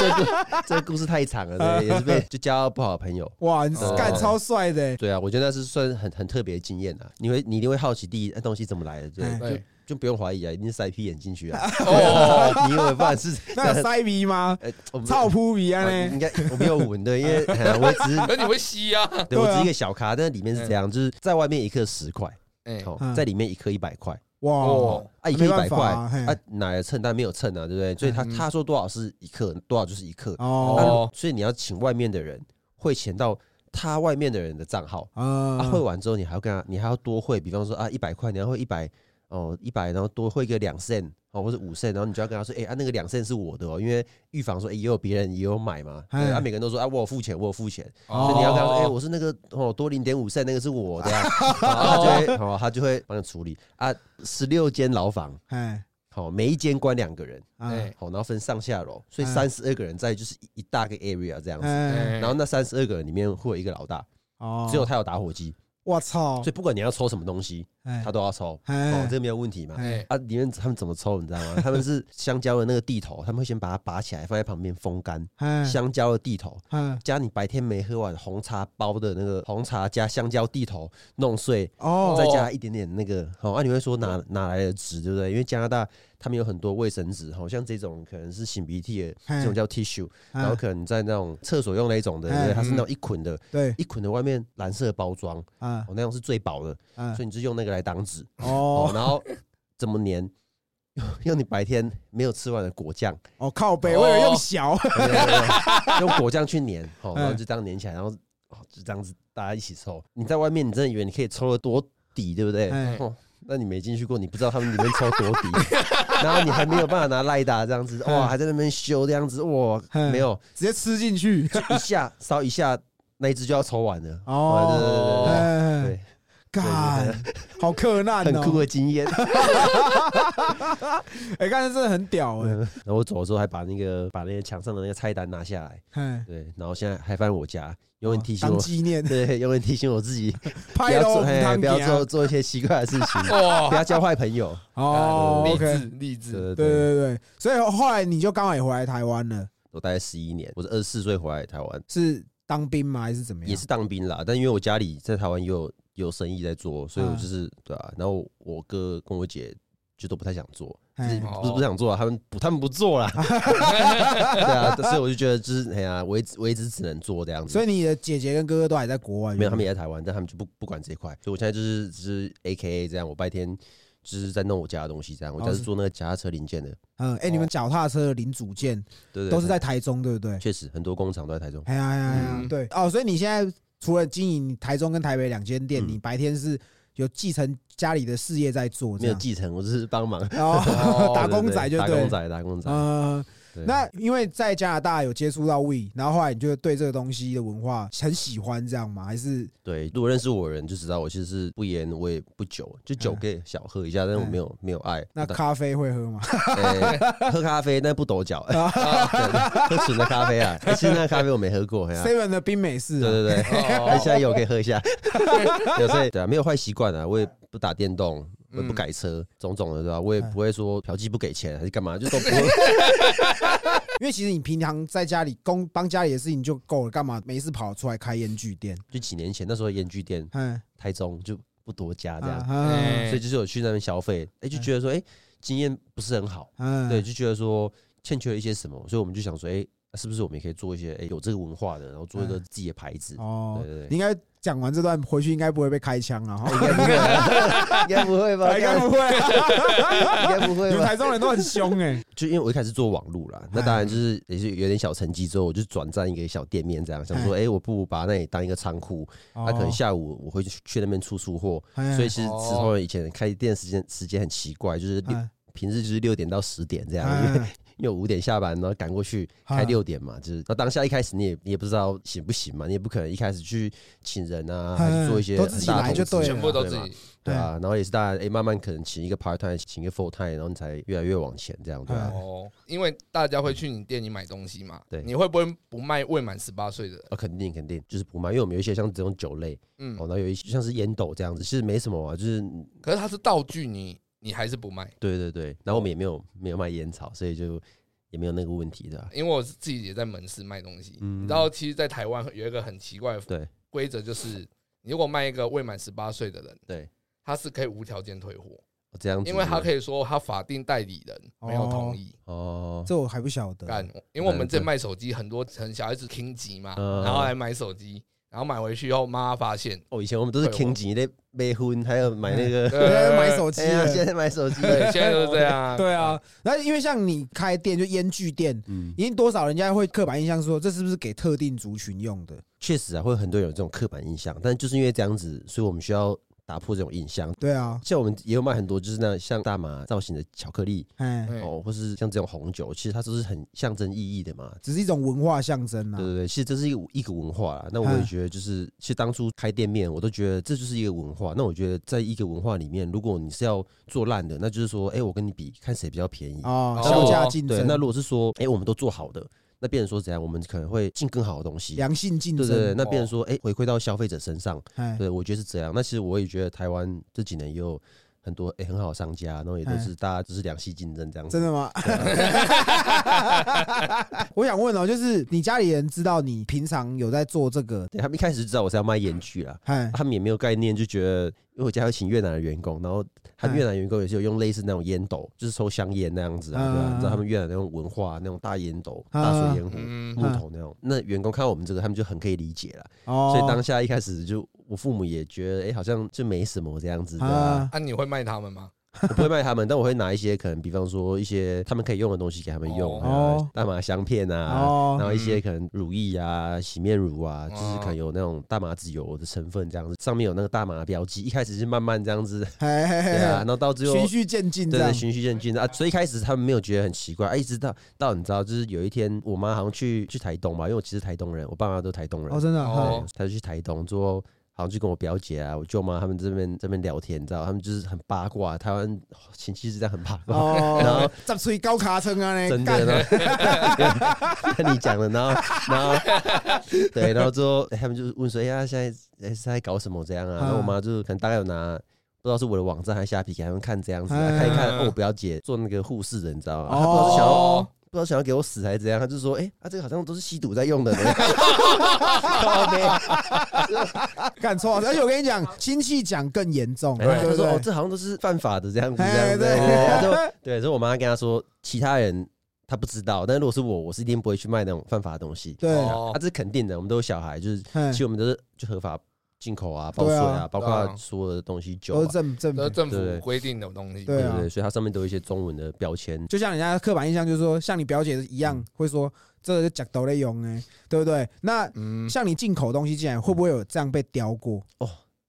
Speaker 3: 个这个故事太长了，
Speaker 1: 嗯
Speaker 3: 对，也是被就交到不好的朋友。
Speaker 1: 哇，你是
Speaker 2: 哦
Speaker 1: 干超帅的欸，
Speaker 3: 对啊，我觉得那是算很很特别的经验啊！你会你一定会好奇，第一那东西怎么来的，对，
Speaker 1: 嗯
Speaker 2: 对，
Speaker 3: 就不用怀疑啊，一定是塞屁眼进
Speaker 1: [LAUGHS]
Speaker 3: 去啊！
Speaker 2: 哦，
Speaker 3: 你以为不然是
Speaker 1: 那
Speaker 3: [LAUGHS]
Speaker 1: 有塞鼻吗？
Speaker 3: 呃，我们
Speaker 1: 操扑鼻啊
Speaker 3: 我哦应
Speaker 1: 呢？
Speaker 3: 该我没有闻对，
Speaker 1: [LAUGHS]
Speaker 3: 因为呃我只是
Speaker 2: 那你会吸啊？
Speaker 3: 对
Speaker 1: 对啊
Speaker 3: 我只是一个小咖，但是里面是这样，就是在外面一克十块，
Speaker 2: 哎，
Speaker 3: 哦
Speaker 1: 嗯，
Speaker 3: 在里面一克一百块，
Speaker 1: 哇
Speaker 2: 哦，
Speaker 3: 啊，一克
Speaker 1: 没
Speaker 3: 一
Speaker 1: 办
Speaker 3: 百块，
Speaker 1: 法啊
Speaker 3: 啊，哪来的秤？但没有秤啊，对不对？所以他
Speaker 2: 嗯
Speaker 3: 他说多少是一克，多少就是一克，
Speaker 1: 哦，
Speaker 2: 哦
Speaker 3: 哦，所以你要请外面的人汇钱到他外面的人的账号，
Speaker 1: 啊
Speaker 3: 啊，汇完之后你还要跟他，你还要多汇，比方说啊，一百块你要汇一百。哦，一百，然后多汇个两 cent 哦，或者五 cent，然后你就要跟他说，哎、啊，那个两 cent 是我的哦，因为预防说，哎、也有别人也有买嘛，对，
Speaker 1: 哎
Speaker 3: 啊，每个人都说，啊，我有付钱，我有付钱，
Speaker 1: 哦
Speaker 3: 所以你要跟他说，哎、
Speaker 2: 哦
Speaker 3: 我是那个哦，多零点五扇那个是我的、啊，
Speaker 1: [LAUGHS]
Speaker 3: 好他就会，哦，他就会帮你处理啊。十六间牢房，
Speaker 1: 哎
Speaker 3: 好、每一间关两个人，
Speaker 1: 哎
Speaker 2: 哎
Speaker 3: 好、然后分上下楼，所
Speaker 1: 嗯
Speaker 3: 以三十二个人在就是一一大个 area 这样子。
Speaker 1: 哎
Speaker 2: 哎
Speaker 3: 然后那三十二个人里面会有一个老大，
Speaker 1: 哦，
Speaker 3: 只有他有打火机，
Speaker 1: 我操
Speaker 3: 所以，不管你要抽什么东西，
Speaker 1: 哎
Speaker 3: 他都要抽，哦，
Speaker 1: 哎
Speaker 3: 这个没有问题嘛。
Speaker 1: 哎
Speaker 3: 啊，里面他们怎么抽，你知道吗？他们是香蕉的那个地头，他们会先把它拔起来，放在旁边风干。
Speaker 1: 哎
Speaker 3: 香蕉的地头，
Speaker 1: 哎
Speaker 3: 加你白天没喝完红茶包的那个 [LAUGHS] 红茶加香蕉地头弄碎，
Speaker 1: 哦
Speaker 3: 哦再加一点点那个，好、啊，你会说哪哪来的值，对不对？因为加拿大他们有很多卫生纸，好像这种可能是擤鼻涕的，
Speaker 1: 嘿
Speaker 3: 这种叫 tissue，
Speaker 1: 嗯
Speaker 3: 然后可能在那种厕所用那一种的，
Speaker 1: 嗯
Speaker 3: 对不对
Speaker 1: 嗯
Speaker 3: 它是那种一捆的，
Speaker 1: 对
Speaker 3: 一捆的外面蓝色的包装，哦，
Speaker 1: 啊
Speaker 3: 那种是最薄的，
Speaker 1: 啊
Speaker 3: 所以你就用那个来当纸，哦，
Speaker 1: 哦
Speaker 3: 然
Speaker 1: [LAUGHS]
Speaker 3: 后怎么粘？ [LAUGHS] 用你白天没有吃完的
Speaker 1: [LAUGHS]
Speaker 3: 果酱，
Speaker 1: 哦靠北，我以为
Speaker 2: 哦，
Speaker 1: 用小
Speaker 3: 对对对用果酱去粘，好，
Speaker 1: 嗯
Speaker 3: 然后就这样粘起来，然后哦就这样子大家一起抽。你在外面，你真的以为你可以抽的多底，对不对？
Speaker 1: 哎
Speaker 3: 哦，那你没进去过，你不知道他们里面抽多底，
Speaker 1: [LAUGHS]
Speaker 3: 然后你还没有办法拿赖打这样子，哇，
Speaker 1: 嗯
Speaker 3: 还在那边修这样子，哇，
Speaker 1: 嗯
Speaker 3: 没有，
Speaker 1: 直接吃进
Speaker 3: [LAUGHS]
Speaker 1: 去
Speaker 3: 就一下烧一下，那一只就要抽完了。
Speaker 1: 哦，
Speaker 3: 对
Speaker 1: 哎
Speaker 3: 对，
Speaker 1: 干， [LAUGHS] 好克难
Speaker 3: 很
Speaker 1: 哦，
Speaker 3: 酷的欸经验。
Speaker 1: 哎，刚才真的很屌哎
Speaker 3: [LAUGHS] 然后我走的时候还把那个把那个墙上的那个菜单拿下来，
Speaker 1: 嘿，
Speaker 3: 对，然后现在还放在我家，永远提醒
Speaker 1: 哎哦当
Speaker 3: 我，
Speaker 1: 纪念，
Speaker 3: 对，永远提醒我自己不
Speaker 1: [LAUGHS] 拍
Speaker 3: 要
Speaker 1: 喽，
Speaker 3: 做，
Speaker 1: 汤
Speaker 3: 嘿
Speaker 1: 行
Speaker 3: 不要做做一些奇怪的事情
Speaker 1: [LAUGHS]
Speaker 2: 哇
Speaker 3: 不，要交坏朋友。
Speaker 1: 哦
Speaker 2: 励
Speaker 1: ，OK，
Speaker 2: 志励志，
Speaker 1: 对
Speaker 3: 啊对对对，
Speaker 1: 对对，所以后来你就刚好也回来台湾了，
Speaker 3: 我大概十一年，我是二十四岁回来台湾，
Speaker 1: 是当兵吗？还是怎么样？
Speaker 3: 也是当兵啦，但因为我家里在台湾也有有生意在做，所以我
Speaker 1: 嗯
Speaker 3: 就是对啊，然后我哥跟我姐就都不太想做，就是
Speaker 1: 嘿
Speaker 2: 哦
Speaker 3: 不是不想做啊，他们不他们不做
Speaker 1: [LAUGHS]
Speaker 3: 啦，对啊，所以我就觉得就是哎呀，我一直我一直只能做这样子，
Speaker 1: 所以你的姐姐跟哥哥都还在国外，
Speaker 3: 没有，他们也在台湾，但他们就不不管这一块，所以我现在就是就是 A K A 这样，我白天就是在弄我家的东西，这样，我家
Speaker 1: 哦
Speaker 3: 是
Speaker 1: 是
Speaker 3: 做那个脚踏车零件的，
Speaker 1: 嗯，哎，
Speaker 3: 哦
Speaker 1: 你们脚踏车的零组件
Speaker 3: 对对，
Speaker 1: 都是
Speaker 3: 对，
Speaker 1: 在台中，对不对？
Speaker 3: 确实很多工厂都在台中，
Speaker 1: 哎呀哎呀哎呀，
Speaker 2: 嗯
Speaker 1: 对哦，所以你现在除了经营台中跟台北两间店，
Speaker 3: 嗯
Speaker 1: 你白天是有继承家里的事业在做，
Speaker 3: 没
Speaker 1: 这
Speaker 3: 有
Speaker 1: 样，
Speaker 3: 继承，我只是帮忙， [LAUGHS]
Speaker 1: 哦， [LAUGHS] 打工仔就
Speaker 3: 对对对打
Speaker 1: 对
Speaker 3: 工
Speaker 1: 了，
Speaker 3: 仔，打工仔。
Speaker 1: 嗯。
Speaker 3: 对
Speaker 1: 那因为在加拿大有接触到 We，然后后来你就对这个东西的文化很喜欢，这样吗？还是
Speaker 3: 对，如果认识我的人就知道，我其实是不烟，我也不酒，就酒
Speaker 1: 嗯
Speaker 3: 可以小喝一下，但我没有没有爱。
Speaker 1: 那
Speaker 3: 但
Speaker 1: 咖啡会喝吗？
Speaker 3: 哎喝咖啡，但不
Speaker 1: [LAUGHS]
Speaker 3: 抖脚，对喝纯的咖啡啊。哎其实那个咖啡我没喝过，哎
Speaker 1: [LAUGHS]
Speaker 3: 呀
Speaker 1: Seven 的冰美式、
Speaker 3: 对
Speaker 1: 啊，
Speaker 3: 对对，
Speaker 2: 哦
Speaker 3: 那现在有可以喝
Speaker 1: [LAUGHS]
Speaker 3: 一下。对，所以对啊，没有坏习惯啊，我也不打电动，我也不改车，
Speaker 1: 嗯
Speaker 3: 种种的对吧？我
Speaker 1: 哎
Speaker 3: 也不会说嫖妓不给钱还是
Speaker 1: [LAUGHS]
Speaker 3: 干嘛，就都不会。
Speaker 1: 因为其实你平常在家里工帮家里的事情就够了，干嘛没事跑出来开烟具店？
Speaker 3: 就几年前那时候烟具店
Speaker 1: 嗯，
Speaker 3: 台中就不多家啊这样，哎
Speaker 1: 嗯
Speaker 3: 所以就是有去那边消费，哎，就觉得说哎经验不是很好，
Speaker 1: 嗯
Speaker 3: 对，就觉得说欠缺了一些什么，所以我们就想说哎。是不是我们也可以做一些哎有这个文化的，然后做一个
Speaker 1: 嗯
Speaker 3: 自己的牌子？
Speaker 1: 哦
Speaker 3: 对，对
Speaker 1: 你应该讲完这段回去应该不会被开枪
Speaker 3: [LAUGHS]
Speaker 1: 了哈，
Speaker 3: 对，应该不会吧？
Speaker 1: [LAUGHS] 应该不会，
Speaker 3: 应该不会
Speaker 1: 你们
Speaker 3: 吧？
Speaker 1: 台中人都很凶
Speaker 3: [LAUGHS]
Speaker 1: 哎，
Speaker 3: 就因为我一开始做网路
Speaker 1: 嗯
Speaker 3: 啦，那当然就是也是有点小成绩之后，我就转战一个小店面
Speaker 1: 嗯
Speaker 3: 这样，想说，哎、我不如把那里当一个仓库，那、可能下午我会去去那边出出货。
Speaker 1: 哦
Speaker 3: 所以其实
Speaker 2: 哦
Speaker 3: 石头人以前开店时间时间很奇怪，就是六
Speaker 1: 嗯
Speaker 3: 平日就是六点到十点这样，因为
Speaker 1: 嗯
Speaker 3: 因为我五点下班，然后赶过去 [LAUGHS] 开
Speaker 1: 嗯
Speaker 3: 六点嘛，就是那当下一开始你也你也不知道行不行嘛，你也不可能一开始去请人啊，还是做一些
Speaker 1: 嗯都自己
Speaker 3: 很大
Speaker 1: 来
Speaker 3: 的
Speaker 1: 就
Speaker 3: 投资
Speaker 1: 对了
Speaker 2: 全部都自
Speaker 3: 对嘛
Speaker 2: 己，
Speaker 3: 对啊，然后也是大家哎、慢慢可能请一个 part time，请一个 full time，然后你才越来越往前这样对啊
Speaker 1: 嗯。
Speaker 2: 哦，因为大家会去你店里买东西嘛，
Speaker 3: 对
Speaker 2: 你会不会不卖未满十八岁的人？
Speaker 3: 啊，肯定肯定就是不卖，因为我们有一些像这种酒类，
Speaker 2: 嗯
Speaker 3: 哦，，然后有一些像是烟斗这样子，其实没什么啊，就是
Speaker 2: 可是它是道具，你你还是不卖，
Speaker 3: 对对对，然后我们也没有没有卖烟草，所以就也没有那个问题的、啊
Speaker 2: 因为我自己也在门市卖东西，
Speaker 3: 嗯
Speaker 2: 你知道，其实，在台湾有一个很奇怪的
Speaker 3: 对
Speaker 2: 规则，就是你如果卖一个未满十八岁的人，
Speaker 3: 对，
Speaker 2: 他是可以无条件退货，
Speaker 3: 哦这样子，
Speaker 2: 因为他可
Speaker 3: 以
Speaker 2: 以说他法定代理人没有同意。
Speaker 3: 哦，
Speaker 1: 这我还不晓得，
Speaker 2: 干，因为我们这卖手机很多，很小孩子听级嘛，
Speaker 3: 嗯
Speaker 2: 然后来买手机，然后买回去以后，妈妈发现，
Speaker 3: 哦，以前我们都是
Speaker 2: 对我
Speaker 3: 听级的买婚，还有买那
Speaker 2: [LAUGHS]
Speaker 3: 个，
Speaker 1: 原来
Speaker 2: 呃
Speaker 1: 买手机
Speaker 3: 哎
Speaker 1: 了，
Speaker 3: 呀，现在买手机，
Speaker 2: 对，现在都是这样啊，
Speaker 1: 对啊，那因为像你开店就烟具店，
Speaker 3: 嗯，
Speaker 1: 已经多少人家会刻板印象说这是不是给特定族群用的？
Speaker 3: 确实啊，会有很多人有这种刻板印象，但就是因为这样子，所以我们需要打破这种印象。
Speaker 1: 对啊，
Speaker 3: 像我们也有卖很多，就是那像大麻造型的巧克力
Speaker 1: 哎，
Speaker 2: 对，
Speaker 3: 哦，或是像这种红酒，其实它都是很象征意义的嘛，
Speaker 1: 只是一种文化象征啊
Speaker 3: 对。对对，其实这是一个一个文化啦。那我也
Speaker 1: 嗯
Speaker 3: 觉得，就是其实当初开店面，我都觉得这就是一个文化。那我觉得，在一个文化里面，如果你是要做烂的，那就是说，哎，我跟你比，看谁比较便宜。
Speaker 1: 哦，
Speaker 2: 哦
Speaker 1: 销价竞
Speaker 3: 对，
Speaker 1: 争，
Speaker 3: 那如果是说，哎，我们都做好的，那变成说怎样，我们可能会进更好的东西。
Speaker 1: 良性竞
Speaker 3: 对对对，
Speaker 1: 争，
Speaker 3: 那变成说，哎，回馈到消费者身上。
Speaker 1: 哎，
Speaker 3: 对，我觉得是这样。那其实我也觉得台湾这几年也有。很多哎、很好的商家，然后也都是大家就是良性竞争这样子
Speaker 1: 嗯真。的
Speaker 3: [LAUGHS]
Speaker 1: 吗？我想问哦、就是你家里人知道你平常有在做这个？
Speaker 3: 对他们一开始就知道我是要卖盐焗啦，
Speaker 1: 哎，
Speaker 3: 他们也没有概念，就觉得因为我家有请越南的员工，然后他们
Speaker 1: 嗯
Speaker 3: 越南员工也是有用类似那种烟斗，就是抽香烟那样子啊，对啊
Speaker 1: 嗯
Speaker 3: 你知道他们越南那种文化，那种大烟斗、
Speaker 1: 嗯
Speaker 3: 大水烟壶、
Speaker 2: 嗯
Speaker 3: 木头那种。那员工看到我们这个，他们就很可以理解了。
Speaker 1: 哦
Speaker 3: 所以当下一开始就我父母也觉得，哎、好像就没什么这样子的、啊
Speaker 1: 啊。
Speaker 2: 啊，你会卖他们吗？
Speaker 3: 我不会卖他们，但我会拿一些可能，比方说一些他们可以用的东西给他们用，
Speaker 1: 哦
Speaker 3: 啊大麻香片啊，
Speaker 1: 哦
Speaker 3: 然后一些
Speaker 2: 嗯
Speaker 3: 可能乳液啊、洗面乳啊，就是
Speaker 2: 哦
Speaker 3: 可能有那种大麻籽油的成分这样子，上面有那个大麻标记。一开始是慢慢这
Speaker 1: [LAUGHS]
Speaker 3: 样子，
Speaker 1: 嘿嘿
Speaker 3: 对啊，
Speaker 1: 嘿
Speaker 3: 然后到最
Speaker 1: 嘿，
Speaker 3: 后
Speaker 1: 循序渐进这
Speaker 3: 对对，
Speaker 1: 样。
Speaker 3: 循序渐进的啊，所以一开始他们没有觉得很奇怪，啊，一直到到你知道，就是有一天我妈好像去去台东嘛，因为我其实台东人，我爸妈都台东人，
Speaker 1: 哦，真的
Speaker 2: 哦
Speaker 1: 哦，
Speaker 3: 他就去台东之后，好像就跟我表姐啊、我舅妈他们这边这边聊天，你知道，他们就是很八卦，台湾前妻是这样很八卦，
Speaker 1: 哦，
Speaker 3: [LAUGHS] 然后
Speaker 1: 再出去高卡称啊嘞，
Speaker 3: 真
Speaker 1: 干
Speaker 3: 的，然后跟你讲了，然后然后对，然后之后、哎他们就是问说，哎呀，现在、哎是在搞什么这样啊？然后我妈就可能大概有拿。不知道是我的网站还是虾皮给他们看这样子、啊，
Speaker 1: 嗯
Speaker 3: 看一看。哦，我表姐做那个护士的，你知道吗？她不知道是想要
Speaker 2: 哦，
Speaker 3: 不知道想要给我死还是怎样，他就说：“哎、啊，这个好像都是吸毒在用的呢。”靠背
Speaker 1: 干错了。而且我跟你讲，亲戚讲更严重，
Speaker 3: 然后
Speaker 1: 对
Speaker 3: 他
Speaker 1: 不
Speaker 3: 说：“哦，
Speaker 1: 对？
Speaker 3: 这好像都是犯法的这样子，这
Speaker 1: 哎
Speaker 3: 样子。
Speaker 1: 对
Speaker 3: 对”哦就对，所以我妈跟他说，其他人他不知道，但如果是我，我是一定不会去卖那种犯法的东西。
Speaker 1: [LAUGHS] 对
Speaker 2: 哦
Speaker 3: 啊，这是肯定的，我们都有小孩，就是
Speaker 1: 嘿
Speaker 3: 其实我们都是就合法进口啊，报税
Speaker 1: 嗯对
Speaker 3: 啊
Speaker 1: 啊，
Speaker 3: 包
Speaker 2: 对啊
Speaker 3: 括所有的东西酒
Speaker 1: 都是
Speaker 3: 啊，
Speaker 1: 正正
Speaker 2: 这是
Speaker 1: 品。
Speaker 2: 政
Speaker 3: 对对
Speaker 2: 府规定的东西。
Speaker 1: 对
Speaker 3: 对
Speaker 1: 啊
Speaker 3: 对对，所以它上面都有一些中文的标签。
Speaker 1: 就像人家刻板印象，就是说，像你表姐一
Speaker 3: 嗯
Speaker 1: 样，会说这个是假斗类用哎，对不对？那
Speaker 2: 嗯，
Speaker 1: 像你进口东西进来，会不会有这样被叼过？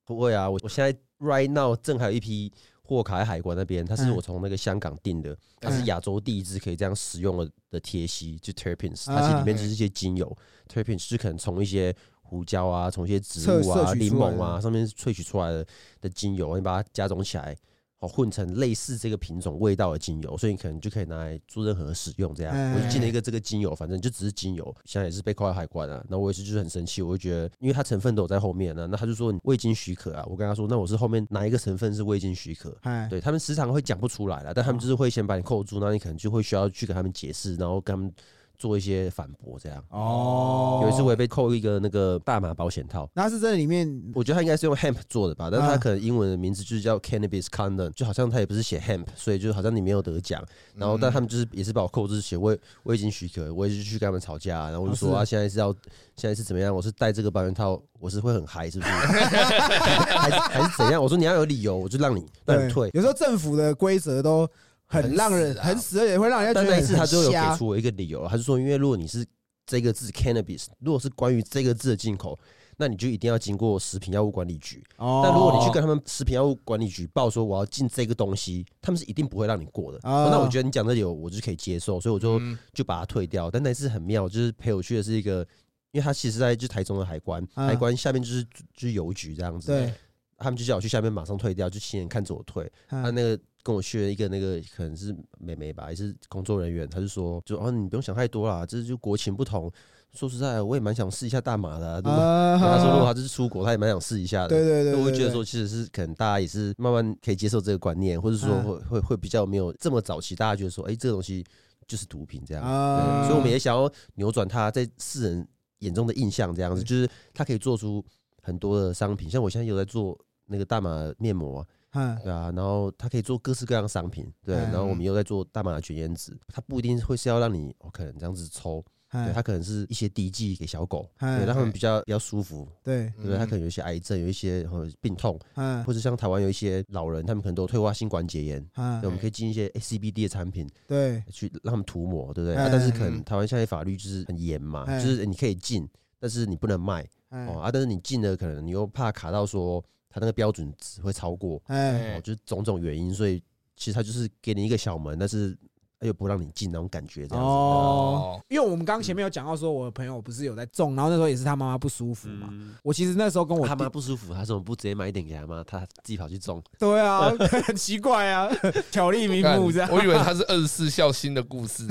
Speaker 3: 不会啊，我我现在 right now 正还有一批货卡在海关那边，它
Speaker 1: 嗯
Speaker 3: 是我从那个香港订的，它是亚洲第一支可以这样使用的的贴息，就 terpenes，它
Speaker 1: 啊
Speaker 3: 其实里面就是一些精油，terpenes 是可能从一些胡椒啊，从一些植物
Speaker 1: 萃萃
Speaker 3: 啊、
Speaker 1: 取
Speaker 3: 柠
Speaker 1: 出来的
Speaker 3: 檬啊上面萃取出来的的精油，你把它加种起来。哦，混成类似这个品种味道的精油，所以你可能就可以拿来做任何使用。这样，
Speaker 1: 嗯
Speaker 3: 我就进了一个这个精油，反正就只是精油，现在也是被扣在海关啊。那我也是就是很生气，我就觉得，因为它成分都有在后面呢、啊，那他就说你未经许可啊。我跟他说，那我是后面哪一个成分是未经许可？
Speaker 1: 哎，
Speaker 3: 对他们时常会讲不出来了，但他
Speaker 1: 哦
Speaker 3: 们就是会先把你扣住，那你可能就会需要去跟他们解释，然后跟他们做一些反驳这样。
Speaker 1: 哦，
Speaker 3: 有一次我也被扣一个那个大麻保险套。
Speaker 1: 那是这里面
Speaker 3: 我觉得它应该是用 hemp 做的吧，但是它
Speaker 1: 啊
Speaker 3: 可能英文的名字就是叫 cannabis condom，就好像它也不是写 hemp，所以就好像你没有得奖。然后但
Speaker 1: 嗯
Speaker 3: 他们就是也是把我扣之前，我也我已经许可，我也是去跟他们吵架，然后我就说
Speaker 1: 啊
Speaker 3: 啊，现在是要现在是怎么样？我是戴这个保险套，我是会很嗨，
Speaker 1: [LAUGHS]
Speaker 3: 是不是？还是还是怎样？我说你要有理由，我就让你让
Speaker 1: 对
Speaker 3: 你退。
Speaker 1: 有时候政府的规则都很
Speaker 2: 很
Speaker 1: 让人
Speaker 2: 死啊
Speaker 1: 很死，而且会让人家
Speaker 3: 但
Speaker 1: 觉
Speaker 3: 那
Speaker 1: 得
Speaker 3: 一次他
Speaker 1: 很
Speaker 3: 就有
Speaker 1: 瞎
Speaker 3: 给出我一个理由，他就说，因为如果你是这个字 cannabis，如果是关于这个字的进口，那你就一定要经过食品药物管理局。
Speaker 1: 哦
Speaker 3: 但如果你去跟他们食品药物管理局报说我要进这个东西，他们是一定不会让你过的。
Speaker 1: 啊
Speaker 3: 哦那我觉得你讲这里有我就可以接受，所以我就
Speaker 2: 嗯
Speaker 3: 就把它退掉。但那次很妙，就是陪我去的是一个，因为他其实在就台中的海关，
Speaker 1: 啊
Speaker 3: 海关下面就是就是邮局这样子。
Speaker 1: 对，
Speaker 3: 他们就叫我去下面马上退掉，就亲眼看着我退。
Speaker 1: 嗯
Speaker 3: 他那个跟我去了一个那个可能是美眉吧，也是工作人员，他就说就哦你不用想太多啦，这就国情不同。说实在的，我也蛮想试一下大麻的啊、如果
Speaker 1: 啊
Speaker 3: 他说如果他这是出国，他也蛮想试一下的。
Speaker 1: 对对对
Speaker 3: 所以
Speaker 1: 对，
Speaker 3: 我会觉得
Speaker 1: 对
Speaker 3: 说，其实是可能大家也是慢慢可以接受这个观念，或者说
Speaker 1: 嗯
Speaker 3: 会会会比较没有这么早期，大家觉得说，哎，这个东西就是毒品这样。
Speaker 1: 啊
Speaker 3: 对所以我们也想要扭转他在世人眼中的印象，这样子，就是他可以做出很多的商品，像我现在有在做那个大麻面膜啊，
Speaker 1: 嗯
Speaker 3: 对啊，然后它可以做各式各样的商品，对，
Speaker 1: 嗯
Speaker 3: 然后我们又在做大麻的卷烟纸，它不一定会是要让你哦，可能这样子抽，对，
Speaker 1: 嗯
Speaker 3: 它可能是一些滴剂给小狗，
Speaker 1: 嗯
Speaker 3: 对，让他们比较比较舒服，
Speaker 1: 对
Speaker 2: 嗯
Speaker 3: 对，他可能有一些癌症，有一些呃病痛，
Speaker 1: 嗯
Speaker 3: 或者像台湾有一些老人，他们可能都有退化性关节炎，对，我
Speaker 1: 嗯
Speaker 3: 们可以进一些诶 CBD 的产品
Speaker 1: 对
Speaker 3: 去让他们涂抹，对不对？
Speaker 1: 嗯
Speaker 3: 啊但是可能台湾现在法律就是很严嘛，
Speaker 1: 嗯
Speaker 3: 就是你可以进，但是你不能卖哦
Speaker 1: 嗯
Speaker 3: 啊，但是你进了，可能你又怕卡到说他那个标准值会超过，
Speaker 1: 嗯
Speaker 3: 哦
Speaker 2: 哎，
Speaker 3: 就是种种原因，所以其实他就是给你一个小门，但是又不让你进那种感觉，这样子。
Speaker 1: 哦。
Speaker 2: 哦，
Speaker 1: 因为我们
Speaker 3: 嗯
Speaker 1: 刚前面有讲到说，我的朋友不是有在种，然后那时候也是他妈妈不舒服嘛。
Speaker 3: 嗯
Speaker 1: 我其实那时候跟我
Speaker 3: 他
Speaker 1: 弟
Speaker 3: 妈不舒服，他怎么不直接买一点给他妈？他自己跑去种，
Speaker 1: 对
Speaker 2: [LAUGHS]
Speaker 1: 啊，很奇怪啊，巧立名
Speaker 2: 干
Speaker 1: 目这样。
Speaker 2: 我以为他是二十四孝心的故事，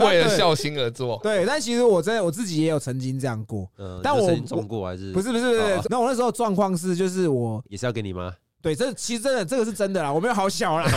Speaker 2: 为了孝心而做。
Speaker 1: [LAUGHS] 对，但其实我真的我自己也有曾经这样过，
Speaker 3: 嗯，
Speaker 1: 但
Speaker 3: 你就
Speaker 1: 我
Speaker 3: 曾经种过还是
Speaker 1: 不是不是不是
Speaker 3: 哦，
Speaker 1: 那我那时候的状况是，就是我
Speaker 3: 也是要给你妈？
Speaker 1: 对，这其实真的这个是真的啦，我没有好小啦，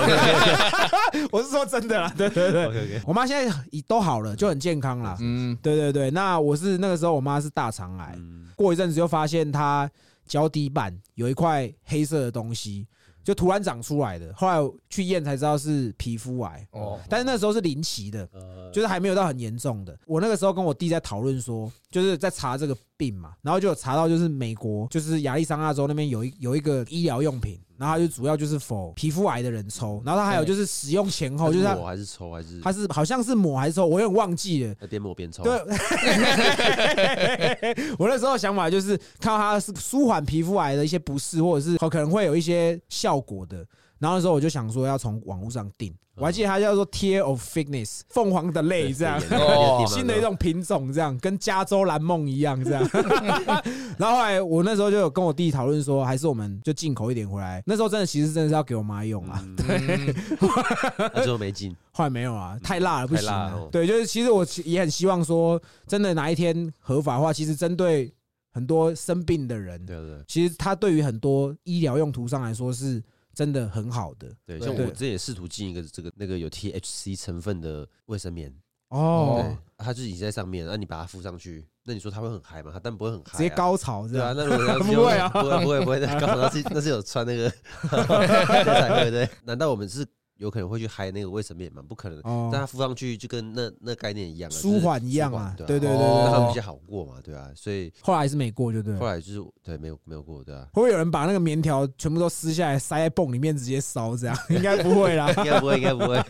Speaker 1: [LAUGHS] 我是说真的啦，对对对，
Speaker 3: OK OK，
Speaker 1: 我妈现在已都好了，就很健康啦。
Speaker 2: 嗯，
Speaker 1: 对对对，那我是那个时候我妈是大肠癌，过一阵子就发现她脚底板有一块黑色的东西，就突然长出来的，后来去验才知道是皮肤癌，
Speaker 3: 嗯
Speaker 2: 哦，
Speaker 1: 但是那时候是临期的，
Speaker 3: 呃，
Speaker 1: 就是还没有到很严重的。我那个时候跟我弟在讨论说，就是在查这个病嘛，然后就有查到就是美国就是亚利桑那州那边有一有一个医疗用品，然后它就主要就是否皮肤癌的人抽，然后它还有就是使用前后，就是它
Speaker 3: 我还哎是抽还是
Speaker 1: 它是好像是抹还是抽，我有点忘记了。
Speaker 3: 呃边抹边
Speaker 1: [LAUGHS]
Speaker 3: 抽，
Speaker 1: 对，我那时候想法就是看到它是舒缓皮肤癌的一些不适，或者是可能会有一些效果的。然后那时候我就想说要从网络上订，我还记得它叫做 Tear of Fitness，凤凰的泪
Speaker 3: 对，
Speaker 1: 这样
Speaker 3: 对。对对对
Speaker 2: 哦
Speaker 3: 对
Speaker 1: 新的一种品种，这样跟加州蓝梦一样，这
Speaker 3: [LAUGHS]
Speaker 1: 样。 [LAUGHS] 然后后来我那时候就有跟我弟讨论说，还是我们就进口一点回来。那时候真的其实真的是要给我妈用啊，
Speaker 3: 嗯
Speaker 1: [LAUGHS]
Speaker 2: 对，
Speaker 3: 那最后没进，
Speaker 1: 后来没有啊，太辣了不
Speaker 3: 太
Speaker 1: 行
Speaker 3: 辣
Speaker 1: 啊
Speaker 3: 了哦。
Speaker 1: 对，就是其实我其也很希望说，真的哪一天合法化，其实针对很多生病的人，
Speaker 3: 对对
Speaker 1: 其实它对于很多医疗用途上来说是真的很好的
Speaker 3: 对，
Speaker 2: 对
Speaker 3: 像
Speaker 1: 对
Speaker 3: 我之前也试图进一个这个那个有 THC 成分的卫生棉，
Speaker 2: 哦
Speaker 3: 对，它就已经在上面，那你把它敷上去，那你说它会很嗨吗？它但不会很嗨啊，
Speaker 1: 直接高潮这
Speaker 3: 对啊，
Speaker 1: 样。
Speaker 3: 那如果要
Speaker 1: 不会啊
Speaker 3: 不会不会不会，那刚好那是那是有穿那个那才会对。难道我们是有可能会去嗨那个卫生棉吗？不可能，
Speaker 1: 哦
Speaker 3: 但，它敷上去就跟那那概念一样啊，就是
Speaker 1: 舒缓一样啊
Speaker 3: 舒，缓
Speaker 1: 对对
Speaker 3: 对
Speaker 1: 对
Speaker 3: 啊，
Speaker 1: 对。
Speaker 3: 那他们
Speaker 2: 哦
Speaker 3: 比较好过嘛，对啊，所以
Speaker 1: 后来还是没过，就对了。
Speaker 3: 后。来就是对没有没有过，对啊
Speaker 1: 会不会有人把那个棉条全部都撕下来塞在泵里面直接烧？这样 [LAUGHS] 应该不会
Speaker 3: [LAUGHS]
Speaker 1: 啦，
Speaker 3: 应该不会，应该不会。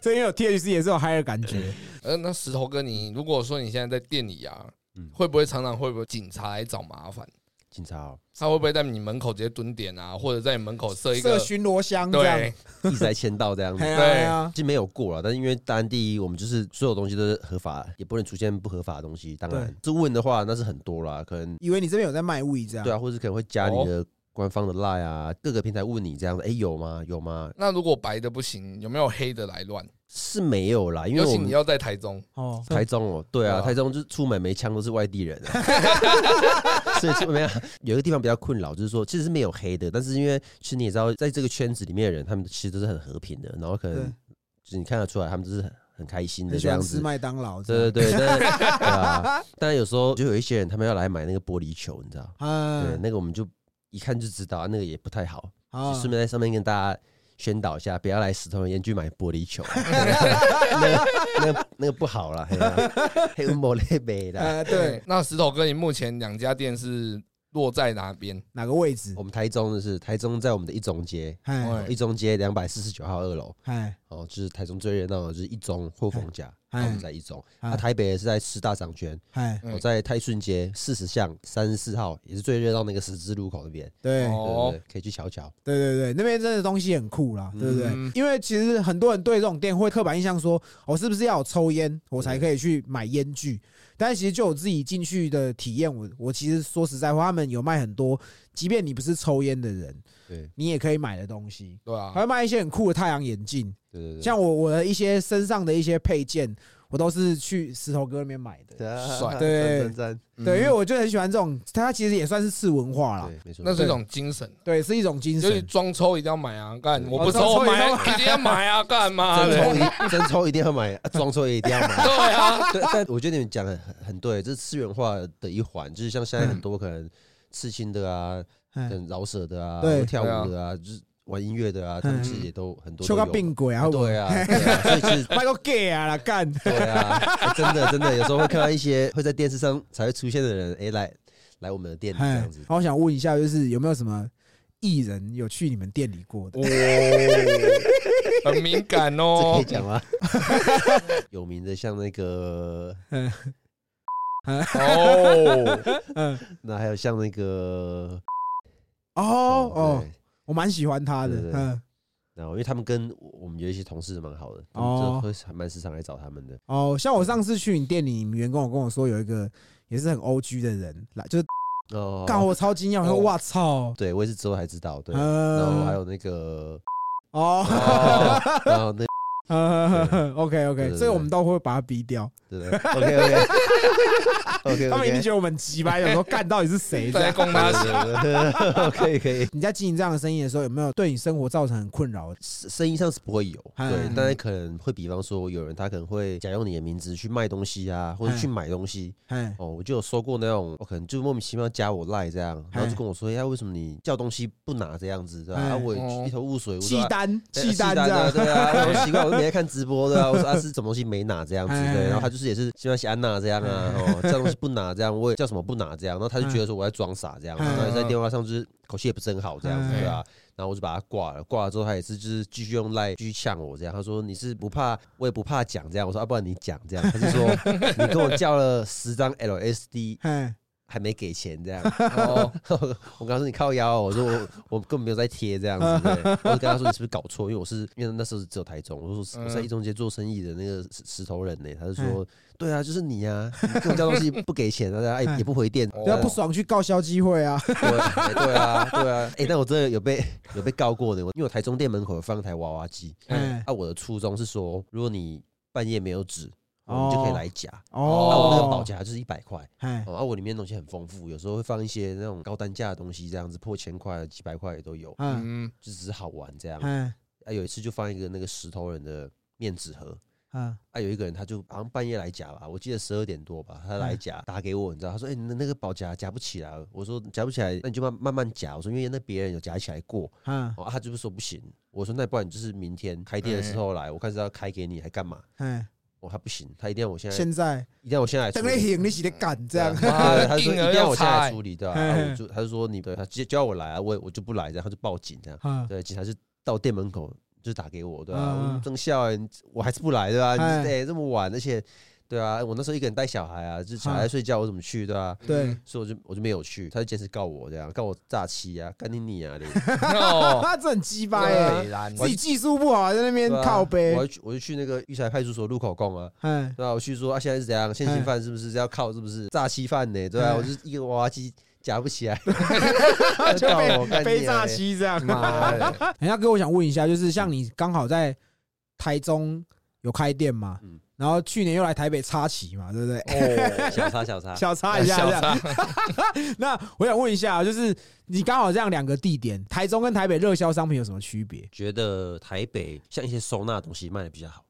Speaker 1: 这因为有 THC 也是有嗨的感觉。
Speaker 2: 呃，那石头哥，你如果说你现在在店里啊
Speaker 3: 嗯，
Speaker 2: 会不会常常会不会警察来找麻烦？
Speaker 3: 警察哦
Speaker 2: 他会不会在你门口直接蹲点啊，或者在你门口设一
Speaker 1: 设
Speaker 2: 个？
Speaker 1: 巡逻箱这样
Speaker 2: 对，，
Speaker 3: 一直在签到这样子
Speaker 1: 嘿，啊
Speaker 2: 对
Speaker 1: 嘿啊，
Speaker 3: 其实没有过了，但是因为当然第一，我们就是所有东西都是合法，也不能出现不合法的东西。当然，这问的话那是很多啦，可能
Speaker 1: 以为你这边有在卖物这样。哦
Speaker 3: 对啊，或者可能会加你的官方的 line 啊，各个平台问你这样的，哎、有吗？有吗？
Speaker 2: 那如果白的不行，有没有黑的来乱？
Speaker 3: 是没有啦，因为
Speaker 2: 尤
Speaker 3: 我
Speaker 2: 其你
Speaker 3: 们
Speaker 2: 要在台中，
Speaker 1: 哦，
Speaker 3: 台中哦、对啊，
Speaker 2: 对啊
Speaker 3: 台中就是出门没枪都是外地人、
Speaker 1: [LAUGHS]
Speaker 3: 啊，所以怎么样？有一个地方比较困扰，就是说其实是没有黑的，但是因为其实你也知道，在这个圈子里面的人，他们其实都是很和平的，然后可能
Speaker 1: 对
Speaker 3: 就是你看得出来，他们就是很很开心的
Speaker 1: 很
Speaker 3: 这
Speaker 1: 喜
Speaker 3: 样
Speaker 1: 欢
Speaker 3: 子
Speaker 1: 吃。麦当劳这
Speaker 3: 对
Speaker 1: 样。
Speaker 3: 对对，但对
Speaker 1: [LAUGHS]
Speaker 3: 啊，但有时候就有一些人，他们要来买那个玻璃球，你知道？对，
Speaker 1: 嗯，
Speaker 3: 那个我们就一看就知道，啊那个也不太好。
Speaker 1: 啊
Speaker 3: 顺便在上面跟大家宣导一下，不要来石头人烟去买玻璃
Speaker 1: [LAUGHS]
Speaker 3: 球，啊那个那个那个不好啦，嘿啦黑乌摩勒贝啦。
Speaker 1: 呃，对，，
Speaker 2: [LAUGHS] 那石头哥，你目前两家店是落在哪边？
Speaker 1: 哪个位置
Speaker 3: 我？们台中的是台中，在我们的一中街，
Speaker 1: 哎
Speaker 2: 哎
Speaker 3: 一中街两百四十九号二楼，
Speaker 1: 哎
Speaker 3: 哦，就是台中最热闹的就是一中或逢甲，
Speaker 1: 哎
Speaker 3: 然后我们在一中。
Speaker 1: 哎
Speaker 3: 那台北也是在师大商圈，
Speaker 1: 哎，
Speaker 2: 嗯
Speaker 3: 我在泰顺街四十巷三十四号，也是最热闹那个十字路口那边，
Speaker 1: 对
Speaker 2: 哦
Speaker 3: 对对对，可以去瞧瞧。
Speaker 1: 对对对，那边真的东西很酷啦，对不对
Speaker 2: 嗯？
Speaker 1: 因为其实很多人对这种店会刻板印象说，我、是不是要有抽烟我才可以去买烟具？但其实就我自己进去的体验，我我其实说实在话，他们有卖很多，即便你不是抽烟的人，
Speaker 3: 对
Speaker 1: 你也可以买的东西。
Speaker 2: 对啊
Speaker 1: 还，会卖一些很酷的太阳眼镜，
Speaker 3: 对对对，
Speaker 1: 像我我的一些身上的一些配件，我都是去石头哥那边买的。
Speaker 2: 帅
Speaker 1: 对
Speaker 3: [LAUGHS] 赞赞赞
Speaker 2: 嗯
Speaker 1: 对，因为我就很喜欢这种，它其实也算是次文化啦，
Speaker 3: 嗯对，没错，
Speaker 2: 那是一种精神，啊
Speaker 1: 对，是一种精
Speaker 2: 就是
Speaker 1: 神。
Speaker 2: 装抽一定要买啊，干
Speaker 3: 对
Speaker 2: 我不
Speaker 1: 哦装
Speaker 2: 抽
Speaker 1: 抽
Speaker 2: 我
Speaker 1: 一定要
Speaker 2: 买，一定要买啊，干
Speaker 3: [LAUGHS]
Speaker 2: 嘛
Speaker 3: 真
Speaker 2: 的？
Speaker 3: 抽一真抽一定要买，啊装抽也一定要买。 [LAUGHS]
Speaker 2: 对啊，
Speaker 3: 对但我觉得你们讲的很很对，这是次元化的一环，就是像现在很多可能刺青的啊，
Speaker 1: 嗯
Speaker 3: 很饶舌的啊，
Speaker 1: 对嗯
Speaker 3: 或跳舞的啊，就是玩音乐的啊，他们其实也都很多
Speaker 1: 修
Speaker 3: 都有
Speaker 1: 个
Speaker 3: 嘛。
Speaker 1: 病鬼啊，
Speaker 3: 啊
Speaker 1: 会不会
Speaker 3: 对啊，
Speaker 1: [LAUGHS]
Speaker 3: 对啊所以其实
Speaker 1: 卖个 gay 啊啦，
Speaker 3: [LAUGHS]
Speaker 1: 干！
Speaker 3: 对啊， [LAUGHS] 哎真的真的，有时候会看到一些会在电视上才会出现的人，哎，来来我们的店里这
Speaker 1: 哎
Speaker 3: 样子，。
Speaker 1: 好，我想问一下，就是有没有什么艺人有去你们店里过的？
Speaker 2: 很敏感
Speaker 3: [LAUGHS] 这可
Speaker 2: 哦
Speaker 3: 以。讲吗？有名的像那个，
Speaker 2: 哦，
Speaker 1: [LAUGHS] 嗯，
Speaker 3: [LAUGHS] 那还有像那个
Speaker 1: 哦
Speaker 3: 哦
Speaker 1: 哦，
Speaker 3: 对
Speaker 1: 我蛮喜欢他的
Speaker 3: 对对，对
Speaker 1: 嗯，
Speaker 3: 然后因为他们跟我们有一些同事蛮好的，他
Speaker 1: 哦
Speaker 3: 们真的会还蛮时常来找他们的。
Speaker 1: 哦，像我上次去你店里，你们员工有跟我说有一个也是很 O G 的人来，就是
Speaker 3: 哦，
Speaker 1: 干我超惊讶，我说
Speaker 2: 哦
Speaker 1: 哇操，
Speaker 3: 对我也是之后才知道，对。然后还
Speaker 1: 嗯，
Speaker 3: 有那个，
Speaker 1: 哦
Speaker 3: [LAUGHS]
Speaker 2: 哦
Speaker 3: 然后那
Speaker 1: ，OK
Speaker 3: 对
Speaker 1: OK，
Speaker 3: 对
Speaker 1: 这个我们都会把他逼掉。
Speaker 3: 对对，OK OK， OK，
Speaker 1: 他们一定觉得我们急白，
Speaker 3: [LAUGHS]
Speaker 1: 想说干到底是谁这
Speaker 2: 在
Speaker 1: 样？
Speaker 2: 供他洗，
Speaker 3: 可以可以，
Speaker 1: 你在经营这样的生意的时候，有没有对你生活造成很困扰？
Speaker 3: 生生意上是不会有，
Speaker 1: 嗨
Speaker 3: 对，但是可能会比方说有人他可能会假用你的名字去卖东西啊，或者去买东西。
Speaker 1: 哎，
Speaker 3: 哦，我就有收过那种，我可能就莫名其妙加我赖这样，然后就跟我说，哎呀，为什么你叫东西不拿这样子，对吧？
Speaker 1: 哎
Speaker 3: 啊，我
Speaker 2: 哦
Speaker 3: 也一头雾水，我说
Speaker 1: 契
Speaker 3: 啊
Speaker 1: 丹，
Speaker 3: 对
Speaker 1: 契丹
Speaker 3: 啊
Speaker 1: 这
Speaker 3: 啊
Speaker 1: [LAUGHS] 样，
Speaker 3: 对啊，我奇怪，我都没在看直播的啊，我说啊是什么东西没拿这样子，
Speaker 1: 哎
Speaker 3: 对，然后他就是也是希望是安娜这样啊，哦，这样东西不拿这样，我也叫什么不拿这样，然后他就觉得说我在装傻这样，
Speaker 1: 哎
Speaker 3: 然后在电话上就是口气也不是很好这样子，
Speaker 2: 哎
Speaker 3: 对吧？然后我就把他挂了，挂了之后他也是就是继续用赖继续呛我这样，他说你是不怕我也不怕讲这样，我说啊不然你讲这样，他就说
Speaker 1: [LAUGHS]
Speaker 3: 你跟我叫了十张 LSD
Speaker 1: 哎，
Speaker 3: 还没给钱这样，
Speaker 2: 哦，
Speaker 3: [LAUGHS] 我告诉你靠腰哦，我说我我根本没有在贴这
Speaker 1: [LAUGHS]
Speaker 3: 样子，对我就跟他说你是不是搞错？因为我是因为那时候只有台中，我说
Speaker 2: 嗯
Speaker 3: 我在一中街做生意的那个石石头人呢、他就说
Speaker 1: 嗯
Speaker 3: 对啊，就是你啊，你跟我叫东西不给
Speaker 1: [LAUGHS]
Speaker 3: 钱，大家也
Speaker 1: 嗯
Speaker 3: 也不回电，
Speaker 2: 哦
Speaker 1: 对
Speaker 3: [LAUGHS]
Speaker 1: 啊，不爽去告消基会啊，
Speaker 3: 对哎对啊对啊，哎，但我真的有被有被告过的，因为我台中店门口有放一台娃娃机，
Speaker 1: 哎，
Speaker 3: 啊，我的初衷是说，如果你半夜没有纸，
Speaker 1: 哦
Speaker 3: 哦你就可以来夹，啊，我那个保
Speaker 1: 哦，
Speaker 3: 夹就是一百块。
Speaker 1: 哎，
Speaker 3: 哦，啊，我里面东西很丰富，有时候会放一些那种高单价的东西，这样子破千块、几百块也都有，
Speaker 1: 嗯，
Speaker 2: 嗯，
Speaker 3: 就只是好玩这样。
Speaker 1: 哎，
Speaker 3: 啊，有一次就放一个那个石头人的面纸盒，
Speaker 1: 嗯，
Speaker 3: 啊，有一个人他就好像半夜来夹吧，我记得十二点多吧，他来夹打给我，你知道，他说：“哎、你的那个保夹夹不起来。”哦我说：“夹不起来，那你就慢慢慢夹。”我说：“因为那别人有夹起来过。
Speaker 1: 嗯，
Speaker 3: 哦”啊，他就是说不行。我说：“那不然你就是明天开店的时候来，我看是要开给你，还干嘛
Speaker 1: 哎，？”
Speaker 3: 我、哦、他不行，他一定要我现在，
Speaker 1: 现在
Speaker 3: 一定要我现在来处
Speaker 1: 等
Speaker 3: 理。
Speaker 1: 你醒，你起得赶这
Speaker 3: [LAUGHS]
Speaker 1: 样，
Speaker 3: 对啊妈的他就说
Speaker 2: 嗯硬
Speaker 3: 一
Speaker 2: 儿
Speaker 3: 定要我
Speaker 2: 要
Speaker 3: 现在
Speaker 2: 拆
Speaker 3: 来处理的，
Speaker 1: 嘿
Speaker 3: 啊
Speaker 1: 嘿
Speaker 3: 我就他就说你对，他直接叫我来啊，我也我就不来，然后就报警这样，
Speaker 1: 嗯，
Speaker 3: 对，警察就到店门口就打给我，对吧、
Speaker 1: 嗯
Speaker 3: 我说正笑、欸，你我还是不来，对吧、
Speaker 1: 哎
Speaker 3: 你哎、这么晚，而且对啊，我那时候一个人带小孩啊，就是
Speaker 1: 嗯
Speaker 3: 小孩在睡觉，我怎么去，对吧、
Speaker 1: 对，
Speaker 3: 所以我就我就没有去，他就坚持告我这样，告我诈欺啊，干你
Speaker 1: [LAUGHS]
Speaker 3: 你啊，你
Speaker 2: [LAUGHS]
Speaker 3: [LAUGHS]
Speaker 2: 哦，
Speaker 1: 他这很鸡掰啊，
Speaker 2: 然
Speaker 1: 自己技术不好还在那边
Speaker 3: 对啊
Speaker 1: 靠
Speaker 3: 我
Speaker 1: 背，
Speaker 3: 还去我就去那个育才派出所录口供啊，
Speaker 1: 哎，
Speaker 3: 对啊，我去说啊，现在是怎样，现行犯是不是要靠是不是诈欺犯呢？对啊，
Speaker 1: 嗯
Speaker 3: 我就一个娃娃机夹
Speaker 1: [LAUGHS]
Speaker 3: 不起来， [LAUGHS]
Speaker 1: 就
Speaker 3: 告我
Speaker 1: 被
Speaker 3: 干
Speaker 1: 被
Speaker 3: 你
Speaker 1: 诈
Speaker 3: 啊 [LAUGHS] 嘞
Speaker 1: 欺这样，哎
Speaker 2: 妈的，
Speaker 1: 人家哥，我想问一下，就是像你刚好在台中有开店嘛，
Speaker 3: 嗯
Speaker 1: 然后去年又来台北插旗嘛，对不对？
Speaker 2: 哦，
Speaker 3: [LAUGHS] 小叉小叉，
Speaker 1: [LAUGHS] 小插一下，
Speaker 2: 小
Speaker 1: 这
Speaker 3: 哎
Speaker 1: 样。
Speaker 2: 三
Speaker 1: 那我想问一下，就是你刚好这样两个地点，台中跟台北热销商品有什么区别？
Speaker 3: 觉得台北像一些收纳的东西卖的比较好，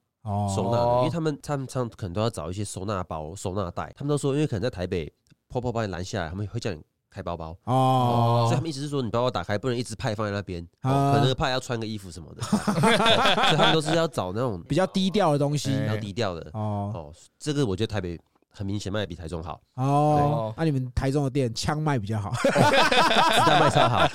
Speaker 3: 收
Speaker 1: 哦，
Speaker 3: 纳的，因为他们他们常可能都要找一些收纳包、收纳袋，他们都说，因为可能在台北泡泡把你拦下来，他们会叫你开包包。
Speaker 1: 哦，
Speaker 3: 所以他们一直是说，你包包打开，不能一直派放在那边，
Speaker 1: 啊
Speaker 3: 哦可能那个派要穿个衣服什么的， [LAUGHS] 所以他们都是要找那种
Speaker 1: 比较低调的东
Speaker 3: [LAUGHS]
Speaker 1: 西。
Speaker 3: 比
Speaker 2: 哎
Speaker 3: 较低调的。
Speaker 1: 哦
Speaker 3: 哦，这个我觉得台北很明显卖的比台中好，
Speaker 1: 哦
Speaker 2: 对，
Speaker 1: 那你们台中的店枪卖比较好， [LAUGHS]
Speaker 3: 子弹卖超好。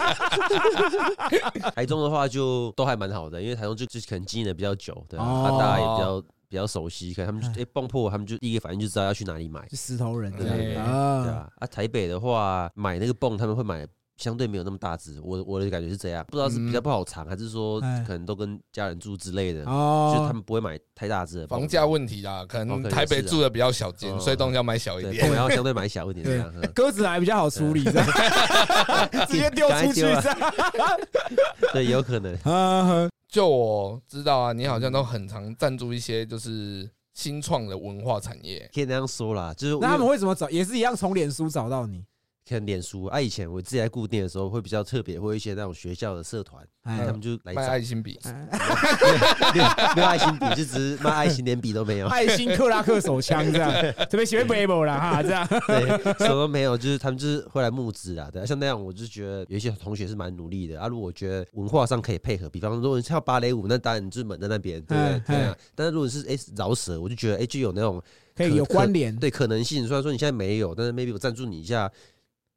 Speaker 3: [LAUGHS] 台中的话就都还蛮好的，因为台中就就可能经营的比较久，对啊，
Speaker 1: 哦
Speaker 3: 啊大家也比较比较熟悉，可能他们就哎、蹦破，他们就第一个反应就知道要去哪里买，
Speaker 1: 是石头人这
Speaker 2: 对
Speaker 1: 样
Speaker 3: 对
Speaker 1: 啊。
Speaker 3: 啊。啊，台北的话买那个蹦，他们会买。相对没有那么大只，我我的感觉是这样，不知道是比较不好藏，还是说
Speaker 1: 嗯哎
Speaker 3: 可能都跟家人住之类的，啊就是他
Speaker 1: 哦，
Speaker 3: 们不会买太大只的蹦。
Speaker 2: 房价问题啦，可能
Speaker 3: 哦可能
Speaker 2: 台北
Speaker 3: 是啊
Speaker 2: 住的比较小间，
Speaker 3: 嗯
Speaker 2: 所以东西要买小一
Speaker 3: 对
Speaker 2: 点。
Speaker 3: 蹦要相对买小一点这
Speaker 1: [LAUGHS]
Speaker 3: 样。嗯
Speaker 1: 鸽子还比较好处理，这样
Speaker 3: [LAUGHS]
Speaker 1: 直接丢出去
Speaker 3: 赶快丢啊
Speaker 1: 这样。
Speaker 3: 对，有可能。 [LAUGHS]
Speaker 1: 啊，
Speaker 2: 就我知道啊，你好像都很常赞助一些就是新创的文化产业。
Speaker 3: 可以那样说啦，就是因为
Speaker 1: 那他们会怎么找？也是一样从脸书找到你。
Speaker 3: 看脸书啊，以前我自己在固定的时候会比较特别，会有一些那种学校的社团，
Speaker 1: 哎，
Speaker 3: 他们就来
Speaker 2: 卖
Speaker 3: 找
Speaker 2: 爱心笔，
Speaker 3: [LAUGHS] 嗯没有没有爱心笔，就只是卖爱心连笔都没有
Speaker 1: [LAUGHS] 爱心克拉克手枪
Speaker 3: [LAUGHS]
Speaker 1: 这样，这边写 b a b e 啦哈，这样。
Speaker 3: 对，什么都没有，就是他们就是会来募资啊，对啊，像那样我就觉得有一些同学是蛮努力的啊，如果我觉得文化上可以配合，比方说如果你跳芭蕾舞，那当然就是门在那边，对不
Speaker 1: 嗯
Speaker 3: 对？对啊，但是如果是哎饶舌，我就觉得哎就有那种
Speaker 1: 可以有关联。
Speaker 3: 对可能性，虽然说你现在没有，但是 maybe 我赞助你一下，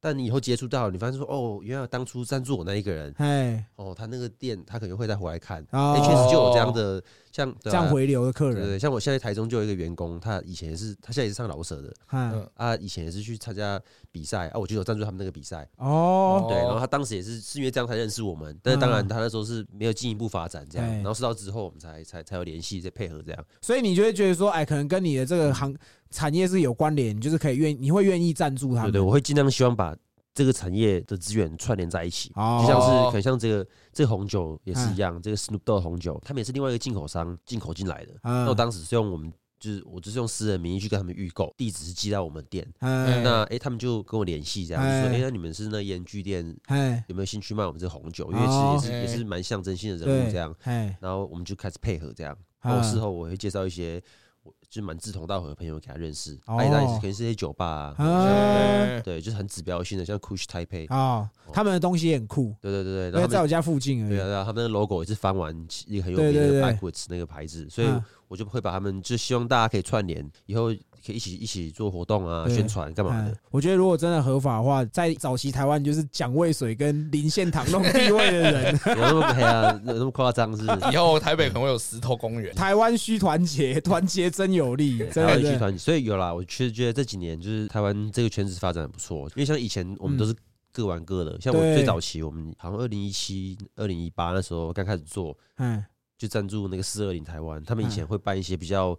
Speaker 3: 但你以后接触到，你发现说哦，原来当初赞助我那一个人。
Speaker 1: 哎，
Speaker 3: 哦，他那个店他可能会再回来看，
Speaker 1: 哦
Speaker 3: 哎、确实就有这样的，像
Speaker 1: 这
Speaker 3: 对啊
Speaker 1: 样回流的客
Speaker 3: 对对
Speaker 1: 人，
Speaker 3: 对，像我现在台中就有一个员工，他以前也是，他现在也是唱饶舌的
Speaker 1: 嗯，
Speaker 2: 嗯
Speaker 3: 啊，以前也是去参加比赛啊，我就有赞助他们那个比赛，
Speaker 1: 哦，嗯
Speaker 3: 对，然后他当时也是是因为这样才认识我们，但是当然他那时候是没有进一步发展这样，
Speaker 1: 哎
Speaker 3: 然后是到之后我们才才才有联系，再配合这样，
Speaker 1: 所以你就会觉得说，哎，可能跟你的这个行产业是有关联，你就是可以愿，你会愿意赞助他
Speaker 3: 对
Speaker 1: 们。
Speaker 3: 对，我会尽量希望把。这个产业的资源串联在一起，
Speaker 1: 哦嗯
Speaker 3: 就像是可能像这个这个红酒也是一样，这个 Snoop Dogg 红酒，他们也是另外一个进口商进口进来的，那
Speaker 1: 嗯
Speaker 3: 我当时是用我们就是我就是用私人名义去跟他们预购，地址是寄到我们店。
Speaker 1: 哎
Speaker 3: 那哎、他们就跟我联系，这样就说，
Speaker 1: 哎
Speaker 3: 哎、那你们是那烟具店
Speaker 1: 哎，
Speaker 3: 有没有兴趣卖我们这个红酒？因为
Speaker 1: 哦
Speaker 3: 其实也是、也是蛮象征性的人
Speaker 1: 对，
Speaker 3: 物这样。
Speaker 1: 哎，
Speaker 3: 然后我们就开始配合这样。
Speaker 1: 啊
Speaker 3: 然后事后我会介绍一些我就蛮志同道合的朋友给他认识，
Speaker 1: 哦
Speaker 3: 哎，那也是可能是一些酒吧啊，
Speaker 1: 啊
Speaker 2: 哎
Speaker 3: 对，就是很指标性的，像 Kush Taipei，
Speaker 1: 哦，他们的东西也很酷，
Speaker 3: 对对对对，
Speaker 1: 因
Speaker 3: 然
Speaker 1: 为
Speaker 3: 后
Speaker 1: 在
Speaker 3: 他们
Speaker 1: 我家附近而
Speaker 3: 对啊，
Speaker 1: 已。
Speaker 3: 对啊，他们的 logo 也是翻完一个很有
Speaker 1: 对
Speaker 3: 名
Speaker 1: 对
Speaker 3: 的
Speaker 1: 对
Speaker 3: Backwoods 那个牌子，所以
Speaker 1: 嗯
Speaker 3: 我就会把他们就希望大家可以串联，以后可以一起一起做活动啊，
Speaker 1: 对
Speaker 3: 宣传干嘛
Speaker 1: 哎
Speaker 3: 的。
Speaker 1: 我觉得如果真的合法的话，在早期台湾就是蒋渭水跟林献堂那种地位的
Speaker 3: [LAUGHS]
Speaker 1: 人，
Speaker 3: 有那么哎呀，有那么夸张是
Speaker 1: [LAUGHS]
Speaker 3: 不是？
Speaker 2: 以后台北可能会有石头公
Speaker 3: 嗯
Speaker 2: 园。
Speaker 1: 台湾需团结，团结真有力，真的
Speaker 3: 台湾
Speaker 1: 真
Speaker 3: 剧
Speaker 1: 的。
Speaker 3: 团，所以有啦。我确实觉得这几年就是台湾这个圈子发展得不错，因为像以前我
Speaker 1: 嗯
Speaker 3: 们都是各玩各的。像我
Speaker 1: 对
Speaker 3: 最早期，我们好像二零一七、二零一八那时候刚开始做，
Speaker 1: 嗯
Speaker 3: 就赞助那个四二零台湾，他们以前
Speaker 1: 嗯
Speaker 3: 会办一些比较。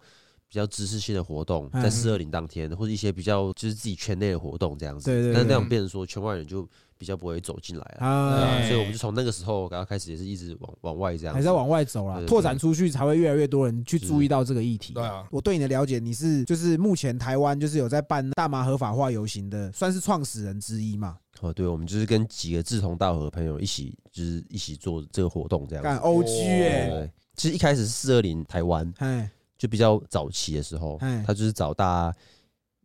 Speaker 3: 比较知识性的活动，
Speaker 1: 嗯
Speaker 3: 在四二零当天，或者一些比较就是自己圈内的活动这样子，
Speaker 1: 对对
Speaker 3: 但是
Speaker 1: 对
Speaker 3: 那样变成说圈外人就比较不会走进来了，对
Speaker 1: 啊
Speaker 2: 哎
Speaker 3: 啊，所以我们就从那个时候然后开始也是一直往往外这样子，
Speaker 1: 还是要往外走啦，
Speaker 3: 对对
Speaker 1: 拓展出去才会越来越多人去注意到这个议题。
Speaker 2: 对啊
Speaker 1: 我对你的了解，你是就是目前台湾就是有在办大麻合法化游行的，算是创始人之一嘛。
Speaker 3: 哦，对，我们就是跟几个志同道合的朋友一起，就是一起做这个活动这样子
Speaker 1: 干 OG 哎、
Speaker 3: 对，其实一开始是四二零台湾
Speaker 1: 哎
Speaker 3: 就比较早期的时候
Speaker 1: 嗯，
Speaker 3: 他就是找大家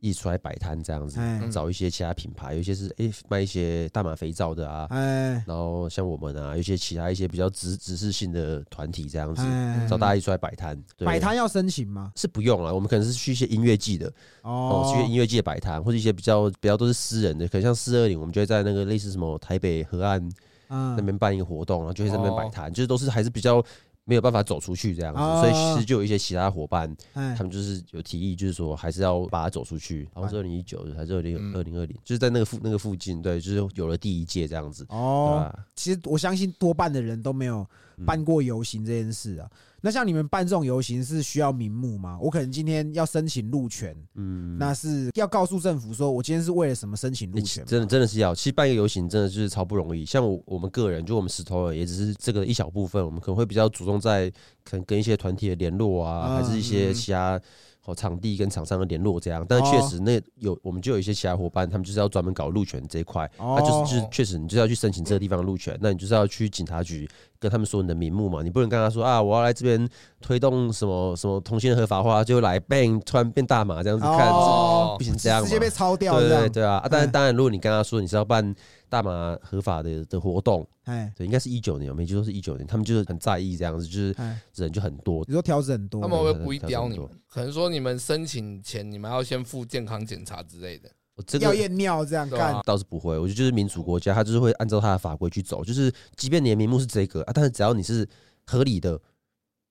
Speaker 3: 一起出来摆摊这样子，嗯
Speaker 1: 哎
Speaker 3: 找一些其他品牌，有一些是哎、卖一些大麻肥皂的啊，
Speaker 1: 哎
Speaker 3: 然后像我们啊，有一些其他一些比较直直视性的团体这样子，
Speaker 1: 哎
Speaker 3: 找大家一起出来摆摊，对
Speaker 1: 摆摊要申请吗？
Speaker 3: 是不用了，啊我们可能是去一些音乐季的哦，去一些音
Speaker 1: 哦，
Speaker 3: 乐季的摆摊，或者一些比较比较都是私人的，可能像四二零，我们就会在那个类似什么台北河岸那
Speaker 1: 嗯，
Speaker 3: 边办一个活动，然后就会在那边摆摊，就是都是还是比较没有办法走出去这样子，
Speaker 1: 哦
Speaker 3: 所以其实就有一些其他伙伴，
Speaker 1: 哎哎
Speaker 3: 他们就是有提议，就是说还是要把它走出去，然后是二零一九还是二
Speaker 1: 嗯
Speaker 3: 零二零二零，就是在那个附那个附近，对，就是有了第一届这样子，对
Speaker 1: 哦，
Speaker 3: 吧？
Speaker 1: 其实我相信多半的人都没有
Speaker 3: 嗯
Speaker 1: 办过游行这件事啊。那像你们办这种游行是需要名目吗？我可能今天要申请入权，
Speaker 3: 嗯，
Speaker 1: 那是要告诉政府说我今天是为了什么申请入
Speaker 3: 欸
Speaker 1: 权吗？
Speaker 3: 真的真的是要，其实办一个游行真的就是超不容易。像我我们个人，就我们石头人，也只是这个一小部分，我们可能会比较注重在可能跟一些团体的联络啊，
Speaker 1: 嗯
Speaker 3: 还是一些其他哦场地跟厂商的联络这样。但
Speaker 1: 哦
Speaker 3: 确实那有我们就有一些其他伙伴，他们就是要专门搞路权这一块，
Speaker 1: 哦
Speaker 3: 那就是就是确实你就是要去申请这个地方的路权，那你就是要去警察局跟他们说你的名目嘛，你不能跟他说啊我要来这边推动什么什么同性恋合法化，就来 bang 突然变大麻这样子看。
Speaker 1: 哦
Speaker 3: 不行，这样
Speaker 1: 直接
Speaker 3: 嘛
Speaker 1: 被抄掉
Speaker 3: 对
Speaker 1: 这
Speaker 3: 对
Speaker 1: 样。
Speaker 3: 对啊！啊，当然
Speaker 1: 嗯
Speaker 3: 当然，如果你跟他说你是要办大麻合法的的活动，
Speaker 1: 哎
Speaker 3: 对，应该是一九年，我没记错是一九年，他们就是很在意这样子，就是
Speaker 1: 哎，
Speaker 3: 人就很多
Speaker 1: 你，说调整很多
Speaker 2: 他们会不会故意刁你们？可能说你们申请前，你们要先附健康检查之
Speaker 3: [LAUGHS]
Speaker 2: 类的。
Speaker 3: 我这
Speaker 1: 要
Speaker 3: 个。
Speaker 1: 验尿这样
Speaker 2: 对啊
Speaker 1: 干，
Speaker 3: 倒是不会，我觉得就是民主国家，他就是会按照他的法规去走，就是即便你的名目是这个啊，但是只要你是合理的，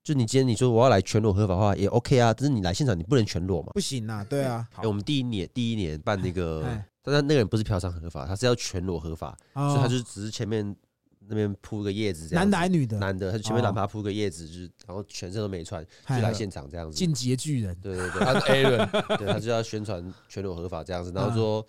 Speaker 3: 就你今天你说我要来全裸合法化也 OK 啊，但是你来现场你不能全裸嘛。
Speaker 1: 不行啊，对啊。
Speaker 3: 哎、我们第一年第一年办那个
Speaker 1: 哎，
Speaker 3: 但是那个人不是嫖娼合法，他是要全裸合法，所以他
Speaker 1: 哦
Speaker 3: 就只是前面那边铺个叶子这样
Speaker 1: 男
Speaker 3: 子，
Speaker 1: 的还女的，
Speaker 3: 男的，他前面
Speaker 1: 哦
Speaker 3: 哪怕铺个叶子，就是然后全身都没穿，就
Speaker 1: 嗨
Speaker 3: 来现场这样子
Speaker 1: 哎进。阶巨人，
Speaker 3: 对对
Speaker 1: [LAUGHS]
Speaker 3: 对
Speaker 2: 他是啊 Aaron，
Speaker 3: 对，他就要宣传全裸合法这样子，然后说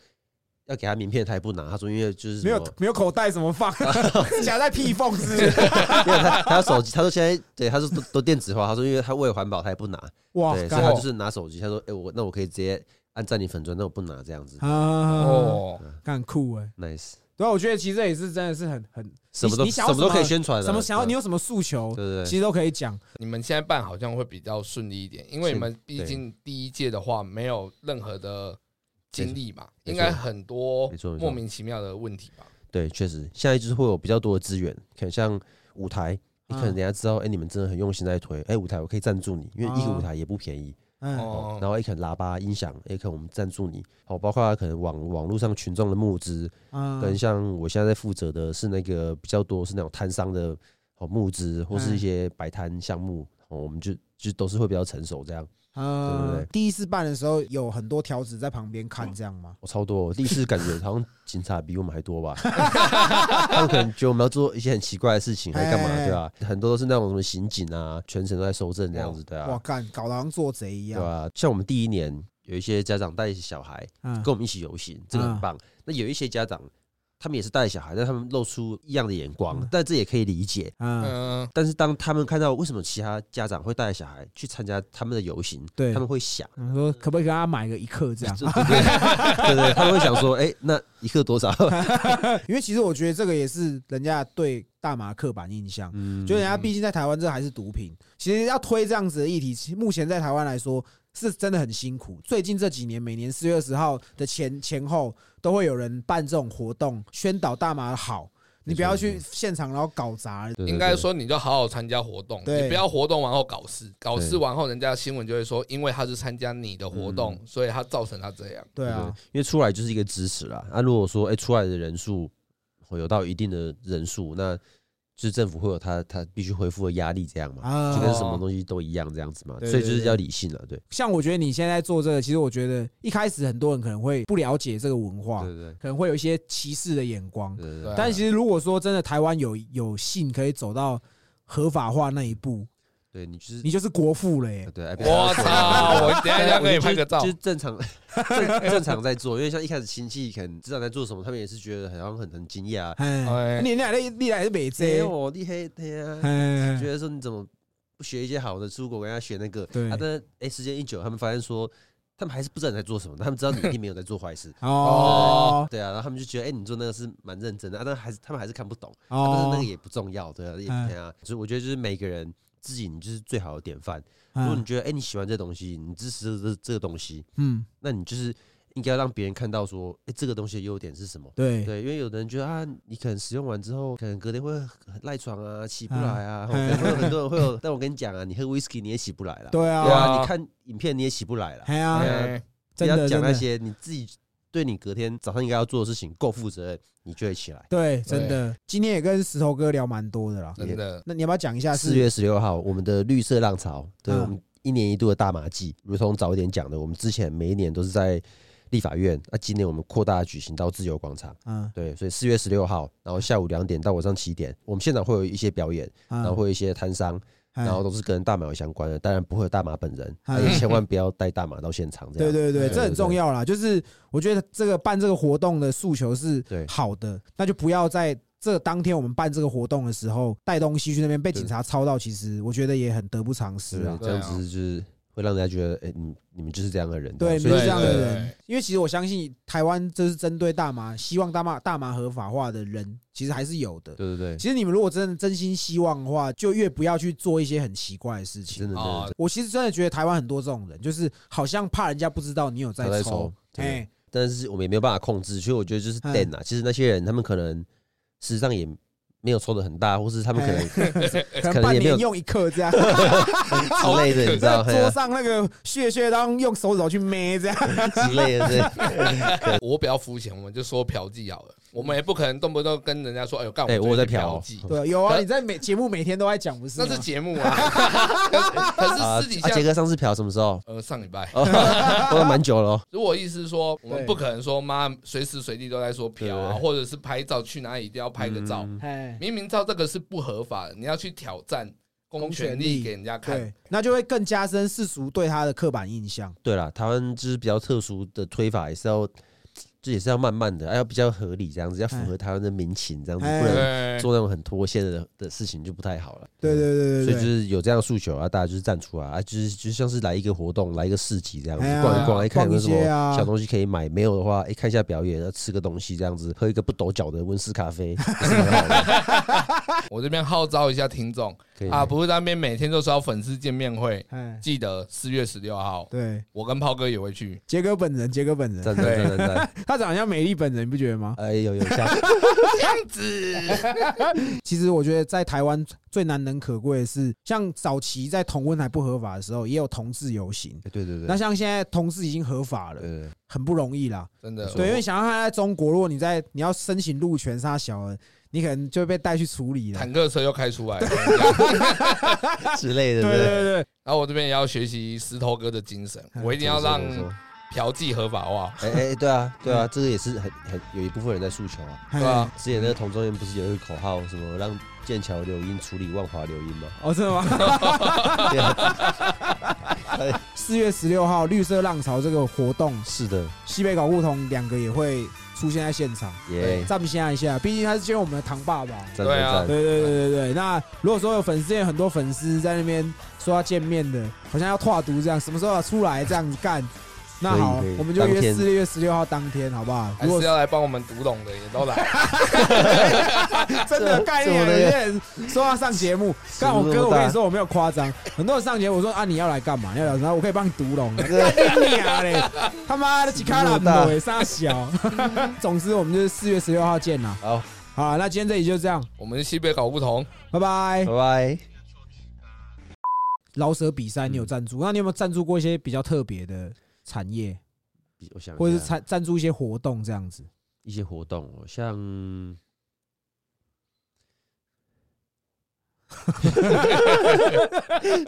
Speaker 3: 要给他名片，他也不拿，他说因为就是什
Speaker 1: 嗯没
Speaker 3: 么
Speaker 1: 有没有口袋怎么
Speaker 3: [LAUGHS]
Speaker 1: 放？是夹在屁缝是不是？
Speaker 3: 没有他他手机，他说现在对，他说都都电子化，他说因为他为了环保他也不拿，
Speaker 1: 哇，
Speaker 3: 对，所以他
Speaker 1: 哦干
Speaker 3: 就是拿手机，他说哎我那我可以直接按暂停粉砖，那我不拿这样子嗯
Speaker 1: 啊，
Speaker 2: 哦，
Speaker 1: 干酷哎。
Speaker 3: ，nice，
Speaker 1: 对啊，我觉得其实这也是真的是很很
Speaker 3: 什么都
Speaker 1: 你想要
Speaker 3: 什么都
Speaker 1: 什么
Speaker 3: 可以宣传啊，
Speaker 1: 什么想要
Speaker 3: 嗯
Speaker 1: 你有什么诉求，
Speaker 3: 对对
Speaker 1: 其
Speaker 3: 对，
Speaker 1: 实都可以讲。
Speaker 2: 你们现在办好像会比较顺利一点，因为你们毕
Speaker 3: 对
Speaker 2: 竟第一届的话没有任何的经历嘛，
Speaker 3: 没错
Speaker 2: 应该很多
Speaker 3: 没错没错
Speaker 2: 莫名其妙的问题吧？
Speaker 3: 对，确实现在就是会有比较多的资源，可能像舞台。你可
Speaker 1: 嗯
Speaker 3: 能人家知道，哎、你们真的很用心在推，哎、舞台我可以赞助你，因为一个
Speaker 1: 哦
Speaker 3: 舞台也不便宜，
Speaker 1: 嗯，
Speaker 2: 哦，
Speaker 3: 然后也可能喇叭、音响，也可能我们赞助你，好，包括可能网网络上群众的募资，
Speaker 1: 嗯
Speaker 3: 跟像我现在在负责的是那个比较多是那种摊商的好募资，或
Speaker 1: 嗯
Speaker 3: 是一些摆摊项目，哦，我们就就都是会比较成熟这样。对对
Speaker 1: 嗯
Speaker 3: 对，
Speaker 1: 第一次办的时候有很多条子在旁边看这样吗？
Speaker 3: 我、超多，我第一次感觉好像警察比我们还多吧， [LAUGHS] 他们可能觉得我们要做一些很奇怪的事情，还干嘛
Speaker 1: 哎
Speaker 3: 对吧、很多都是那种什么刑警啊，全程都在搜证这样子对
Speaker 1: 哇，
Speaker 3: 啊，
Speaker 1: 干搞得好像做贼一
Speaker 3: 对
Speaker 1: 样。
Speaker 3: 啊，像我们第一年有一些家长带小孩，
Speaker 1: 嗯
Speaker 3: 跟我们一起游行，这个很棒。那有一些家长，他们也是带小孩，但他们露出异样的眼
Speaker 1: 嗯
Speaker 3: 光，但这也可以理解。
Speaker 1: 啊，
Speaker 2: 嗯，
Speaker 3: 但是当他们看到为什么其他家长会带小孩去参加他们的游行，
Speaker 1: 对
Speaker 3: 他们会想，
Speaker 1: 我说可不可以给他买个一克这样？
Speaker 3: 对 [LAUGHS] 对对，他们会想说，哎、那一
Speaker 1: [LAUGHS]
Speaker 3: 克多少？
Speaker 1: 因为其实我觉得这个也是人家对大麻刻板印象，
Speaker 3: 嗯，
Speaker 1: 就人家毕竟在台湾这还是毒品，其实要推这样子的议题，其实目前在台湾来说是真的很辛苦。最近这几年，每年四月二十号的前前后，都会有人办这种活动，宣导大麻的好，你不要去现场然后搞砸。
Speaker 3: 对
Speaker 2: 应该，说你就好好参加活动，
Speaker 1: 对
Speaker 2: 你不要活动完后搞事，搞事
Speaker 3: 对嗯
Speaker 2: 完后人家新闻就会说，因为他是参加你的活动，所以他造成他这样。
Speaker 1: 对
Speaker 3: 对对
Speaker 1: 啊，
Speaker 3: 因为出来就是一个支持啦。那、如果说，哎、出来的人数会有到一定的人数，那就是政府会有他他必须恢复的压力，这样嘛，
Speaker 1: 啊
Speaker 3: 就跟什么东西都一样这样子嘛，
Speaker 1: 对
Speaker 3: 所以就是
Speaker 1: 对
Speaker 3: 要理性了，对，
Speaker 1: 像我觉得你现在做这个，其实我觉得一开始很多人可能会不了解这个文化，
Speaker 3: 对对
Speaker 1: 可能会有一些歧视的眼光。
Speaker 3: 对
Speaker 2: 对啊
Speaker 3: 对，
Speaker 1: 但其实如果说真的台湾有有幸可以走到合法化那一步，
Speaker 3: 对你就是
Speaker 1: 你就是国父了耶
Speaker 3: 啊！对，哎
Speaker 2: 我
Speaker 3: [LAUGHS]
Speaker 2: 操！我等一下给你拍个照
Speaker 3: 就，是正常正正常在做，因为像一开始亲戚可能知道你在做什么，他们也是觉得好像很很惊讶啊，哦
Speaker 1: 哎，
Speaker 2: 哎
Speaker 1: 你俩历历来是美
Speaker 3: 没
Speaker 1: 这
Speaker 3: 有，哎我厉害的呀，
Speaker 1: 哎，
Speaker 3: 觉得说你怎么不学一些好的，出国跟人家学那个，
Speaker 1: 对。
Speaker 3: 啊，但是哎，时间一久，他们发现说他们还是不知道你在做什么，他们知道你一定没有在做坏事
Speaker 1: [LAUGHS] 哦
Speaker 3: 对啊，然后他们就觉得，哎、你做那个是蛮认真的，啊，但还是他们还是看不懂，啊但是那
Speaker 1: 哦
Speaker 3: 个，也不重要，对啊，也
Speaker 1: 嗯
Speaker 3: 对啊，所以我觉得就是每个人自己，你就是最好的典范。
Speaker 1: 哦
Speaker 3: 如果你觉得，哎、你喜欢这东西，你支持这这个东西，
Speaker 1: 嗯，
Speaker 3: 那你就是应该要让别人看到说，哎、这个东西的优点是什么？
Speaker 1: 对，
Speaker 3: 对，因为有的人觉得啊，你可能使用完之后，可能隔天会很赖床啊，起不
Speaker 1: 嗯
Speaker 3: 来
Speaker 1: [LAUGHS]
Speaker 3: 啊，可能会有很多人会有。但我跟你讲啊，你喝 whisky 你也起不来了，
Speaker 1: 对
Speaker 3: 对
Speaker 1: 啊，
Speaker 3: 啊，你看影片你也起不来了。
Speaker 1: 哎呀，
Speaker 2: 哎
Speaker 3: 不
Speaker 1: 真
Speaker 3: 要
Speaker 1: 的真
Speaker 3: 讲那
Speaker 1: 的，
Speaker 3: 些你自己对你隔天早上应该要做的事情够负责任，你就会起来。
Speaker 1: 对，真的，今天也跟石头哥聊蛮多的啦。
Speaker 2: 真的
Speaker 1: 那你要不要讲一下
Speaker 3: 四
Speaker 1: 是？
Speaker 3: 月十六号，我们的绿色浪潮，对、
Speaker 1: 嗯
Speaker 3: 我们一年一度的大麻季，如同早一点讲的，我们之前每一年都是在立法院，那、今年我们扩大举行到自由广场。
Speaker 1: 嗯，
Speaker 3: 对，所以四月十六号，然后下午两点到晚上七点，我们现场会有一些表演，
Speaker 1: 然
Speaker 3: 然后会有一些摊商，
Speaker 1: 哎
Speaker 3: 然后都是跟大麻有相关的，当然不会有大麻本人，
Speaker 1: 嗯
Speaker 3: 但是千万不要带大麻到现场，这
Speaker 1: 对
Speaker 3: 样。
Speaker 1: 对对，
Speaker 3: 对
Speaker 1: 这很
Speaker 3: 对
Speaker 1: 重要啦。就是我觉得这个办这个活动的诉求是
Speaker 3: 对
Speaker 1: 好的，那就不要在这当天我们办这个活动的时候带东西去那边被警察抄到，其实我觉得也很得不偿失
Speaker 3: 对
Speaker 1: 啊。
Speaker 3: 这样子就是会让人家觉得，哎、你你们就是这样的人，啊
Speaker 1: 对，你
Speaker 3: 所
Speaker 1: 是
Speaker 3: 以
Speaker 1: 这样的
Speaker 2: 对对
Speaker 1: 人
Speaker 2: 对，
Speaker 1: 因为其实我相信台湾这是针对大麻，希望大麻大麻合法化的人其实还是有的。
Speaker 3: 对对对，
Speaker 1: 其实你们如果真的真心希望的话，就越不要去做一些很奇怪的事情
Speaker 3: 真。的真
Speaker 2: 啊
Speaker 3: 的
Speaker 1: 我其实真的觉得台湾很多这种人，就是好像怕人家不知道你有
Speaker 3: 他
Speaker 1: 在
Speaker 3: 在
Speaker 1: 抽
Speaker 3: 抽，对
Speaker 1: 哎，
Speaker 3: 但是我们也没有办法控制，所以我觉得就是
Speaker 1: 嗯
Speaker 3: d 啊，其实那些人他们可能事实上也没有抽的很大，或是他们可
Speaker 1: 哎
Speaker 3: 能
Speaker 1: [LAUGHS] 可能
Speaker 3: 能
Speaker 1: 半
Speaker 3: 也没有
Speaker 1: 年用一克这样。
Speaker 3: [LAUGHS] 之类的，
Speaker 1: [LAUGHS]
Speaker 3: 你知道，嘿
Speaker 1: 桌
Speaker 3: 啊
Speaker 1: 上那个屑屑当用手指头去咩这样。
Speaker 3: 之类的，对，
Speaker 2: 我比较肤浅，我们就说嫖妓好了，我们也不可能动不动跟人家说，哎呦，干
Speaker 3: 哎
Speaker 2: 最近
Speaker 3: 我在
Speaker 2: 嫖
Speaker 3: 嫖 [LAUGHS]
Speaker 2: 妓，
Speaker 1: 对，有啊，
Speaker 2: 可
Speaker 1: 你在每节目每天都在讲，不是
Speaker 2: 那
Speaker 1: 吗？
Speaker 2: 是节目啊，可是
Speaker 3: 啊
Speaker 2: 可是私底
Speaker 3: 啊，杰
Speaker 2: 下，
Speaker 3: 哥上次嫖什么
Speaker 1: [LAUGHS]
Speaker 3: 时候？ [LAUGHS]
Speaker 2: 呃，上礼拜，
Speaker 3: 哦，我蛮久了哦，
Speaker 2: 如果意思是说，我
Speaker 1: 对
Speaker 2: 们不可能说妈随时随地都在说嫖啊，
Speaker 3: 对嗯
Speaker 2: 或者是拍照去哪里一定要拍个照，
Speaker 1: 哎，
Speaker 2: 明明照这个是不合法的，你要去挑战公权力给人家看
Speaker 1: 对，，那就会更加深世俗对他的刻板印象。
Speaker 3: 对了，台湾就是比较特殊的推法，也是要，这也是要慢慢的，要比较合理这样子，要符合台湾的民情这样子，
Speaker 1: 哎
Speaker 3: 不能
Speaker 2: 对，
Speaker 3: 做那种很脱线的的事情就不太好了。嗯
Speaker 1: 对对对
Speaker 3: 所
Speaker 1: 对
Speaker 3: 以就
Speaker 1: 对，
Speaker 3: 是有这样的诉求啊，大家就是站出来啊，就是就像是来一个活动，来一个市集这样子
Speaker 1: 哎呀
Speaker 3: 逛一逛，哎，看有没有什
Speaker 1: 逛一
Speaker 3: 么
Speaker 1: 些啊
Speaker 3: 小东西可以买，没有的话，哎，看一下表演，要吃个东西这样子，喝一个不抖脚的温室
Speaker 1: [LAUGHS]
Speaker 3: 咖啡，也是蛮好的
Speaker 2: 我这边号召一下听众
Speaker 3: 可以
Speaker 2: 啊，不是那边每天都说要粉丝见面会，
Speaker 1: 哎，
Speaker 2: 记得四月十六号，
Speaker 1: 对，
Speaker 2: 我跟炮哥也会去，
Speaker 1: 杰哥本人，杰哥本人，
Speaker 3: 赞赞赞赞赞，
Speaker 1: 他长得像美丽本人，你不觉得吗？
Speaker 3: 哎，有有下，
Speaker 2: 这样子，
Speaker 1: 其实我觉得在台湾最难能可贵的是，像早期在同婚还不合法的时候，也有同志游行。
Speaker 3: 对对对，
Speaker 1: 那像现在同志已经合法了，
Speaker 3: 呃，
Speaker 1: 很不容易啦。
Speaker 2: 真的，
Speaker 1: 对，因为想要他在中国，如果你在你要申请入权杀小的，你可能就会被带去处理了。
Speaker 2: 坦克车又开出来了，
Speaker 3: 之类的，
Speaker 1: 对对对对，
Speaker 2: [LAUGHS] 然后我这边也要学习石头哥的精神，我一定要让
Speaker 3: 哎怎么说怎么说
Speaker 2: 嫖妓合法化，
Speaker 3: 哎哎，对啊，对 [LAUGHS] 啊，这个也是很很有一部分人在诉求啊。
Speaker 1: 哎
Speaker 2: 对啊，
Speaker 3: 之前那个同中人不是有一个口号，什么让剑桥留音处理万华留音吗？
Speaker 1: 哦，真的吗？
Speaker 3: 对啊
Speaker 1: 四月十六号绿色浪潮这个活动，
Speaker 3: 是的，
Speaker 1: 西北搞不同两个也会出现在现场，
Speaker 3: 耶，
Speaker 1: 赞下一下，毕竟他是接我们的堂爸爸。
Speaker 3: 赞
Speaker 2: 对啊
Speaker 3: 赞赞，
Speaker 1: 对对对对对，那如果说有粉丝，有很多粉丝在那边说要见面的，好像要跨毒这样，什么时候要出来这样子干？那好
Speaker 3: 可以可以，
Speaker 1: 我们就
Speaker 3: 当
Speaker 1: 约
Speaker 3: 天哎
Speaker 1: 四月十六号当天，好不好？
Speaker 2: 还
Speaker 1: 如果
Speaker 2: 是要来帮我们读懂的也
Speaker 3: [LAUGHS]
Speaker 2: 都来，
Speaker 1: 真的概念，
Speaker 3: 这
Speaker 1: 有
Speaker 3: 这我的
Speaker 1: 些人说要上节目，
Speaker 3: 食物
Speaker 1: 但我
Speaker 3: 这
Speaker 1: 哥，
Speaker 3: 么
Speaker 1: 我
Speaker 3: 大
Speaker 1: 跟你说我没有夸张，很多人上节目我说啊你要来干嘛？你要来干嘛，然后我可以帮你读拢，干你娘嘞！ [LAUGHS] 他妈的几卡拉姆哎，傻 [LAUGHS] 小。总之我们就是四月十六号见啦。
Speaker 3: 好，
Speaker 1: 好啦，那今天这里就这样，
Speaker 2: 我们是西北搞不同，
Speaker 1: 拜拜
Speaker 3: 拜。拜。
Speaker 1: 老舍比赛你有
Speaker 3: 嗯
Speaker 1: 赞助，那你有没有赞助过一些比较特别的产业，
Speaker 3: 我想一下
Speaker 1: 或者是参赞助一些活动这样子？
Speaker 3: 一些活动哦， [LAUGHS] 像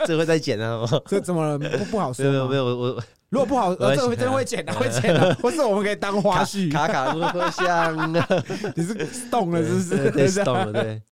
Speaker 3: 这会再剪啊？哦
Speaker 1: 这怎么了？不不好
Speaker 3: 没有没
Speaker 1: 说
Speaker 3: 有没
Speaker 1: 吗？
Speaker 3: 有，我我
Speaker 1: 如果不好，
Speaker 3: 我
Speaker 1: 呃
Speaker 3: 在
Speaker 1: 这个
Speaker 3: 想
Speaker 1: 真的会剪的，会剪
Speaker 3: [LAUGHS]
Speaker 1: 的，或是我们可以当花絮。
Speaker 3: 卡卡不会像
Speaker 1: 你是动了是不
Speaker 3: 对
Speaker 1: 是？
Speaker 3: 对，懂了对。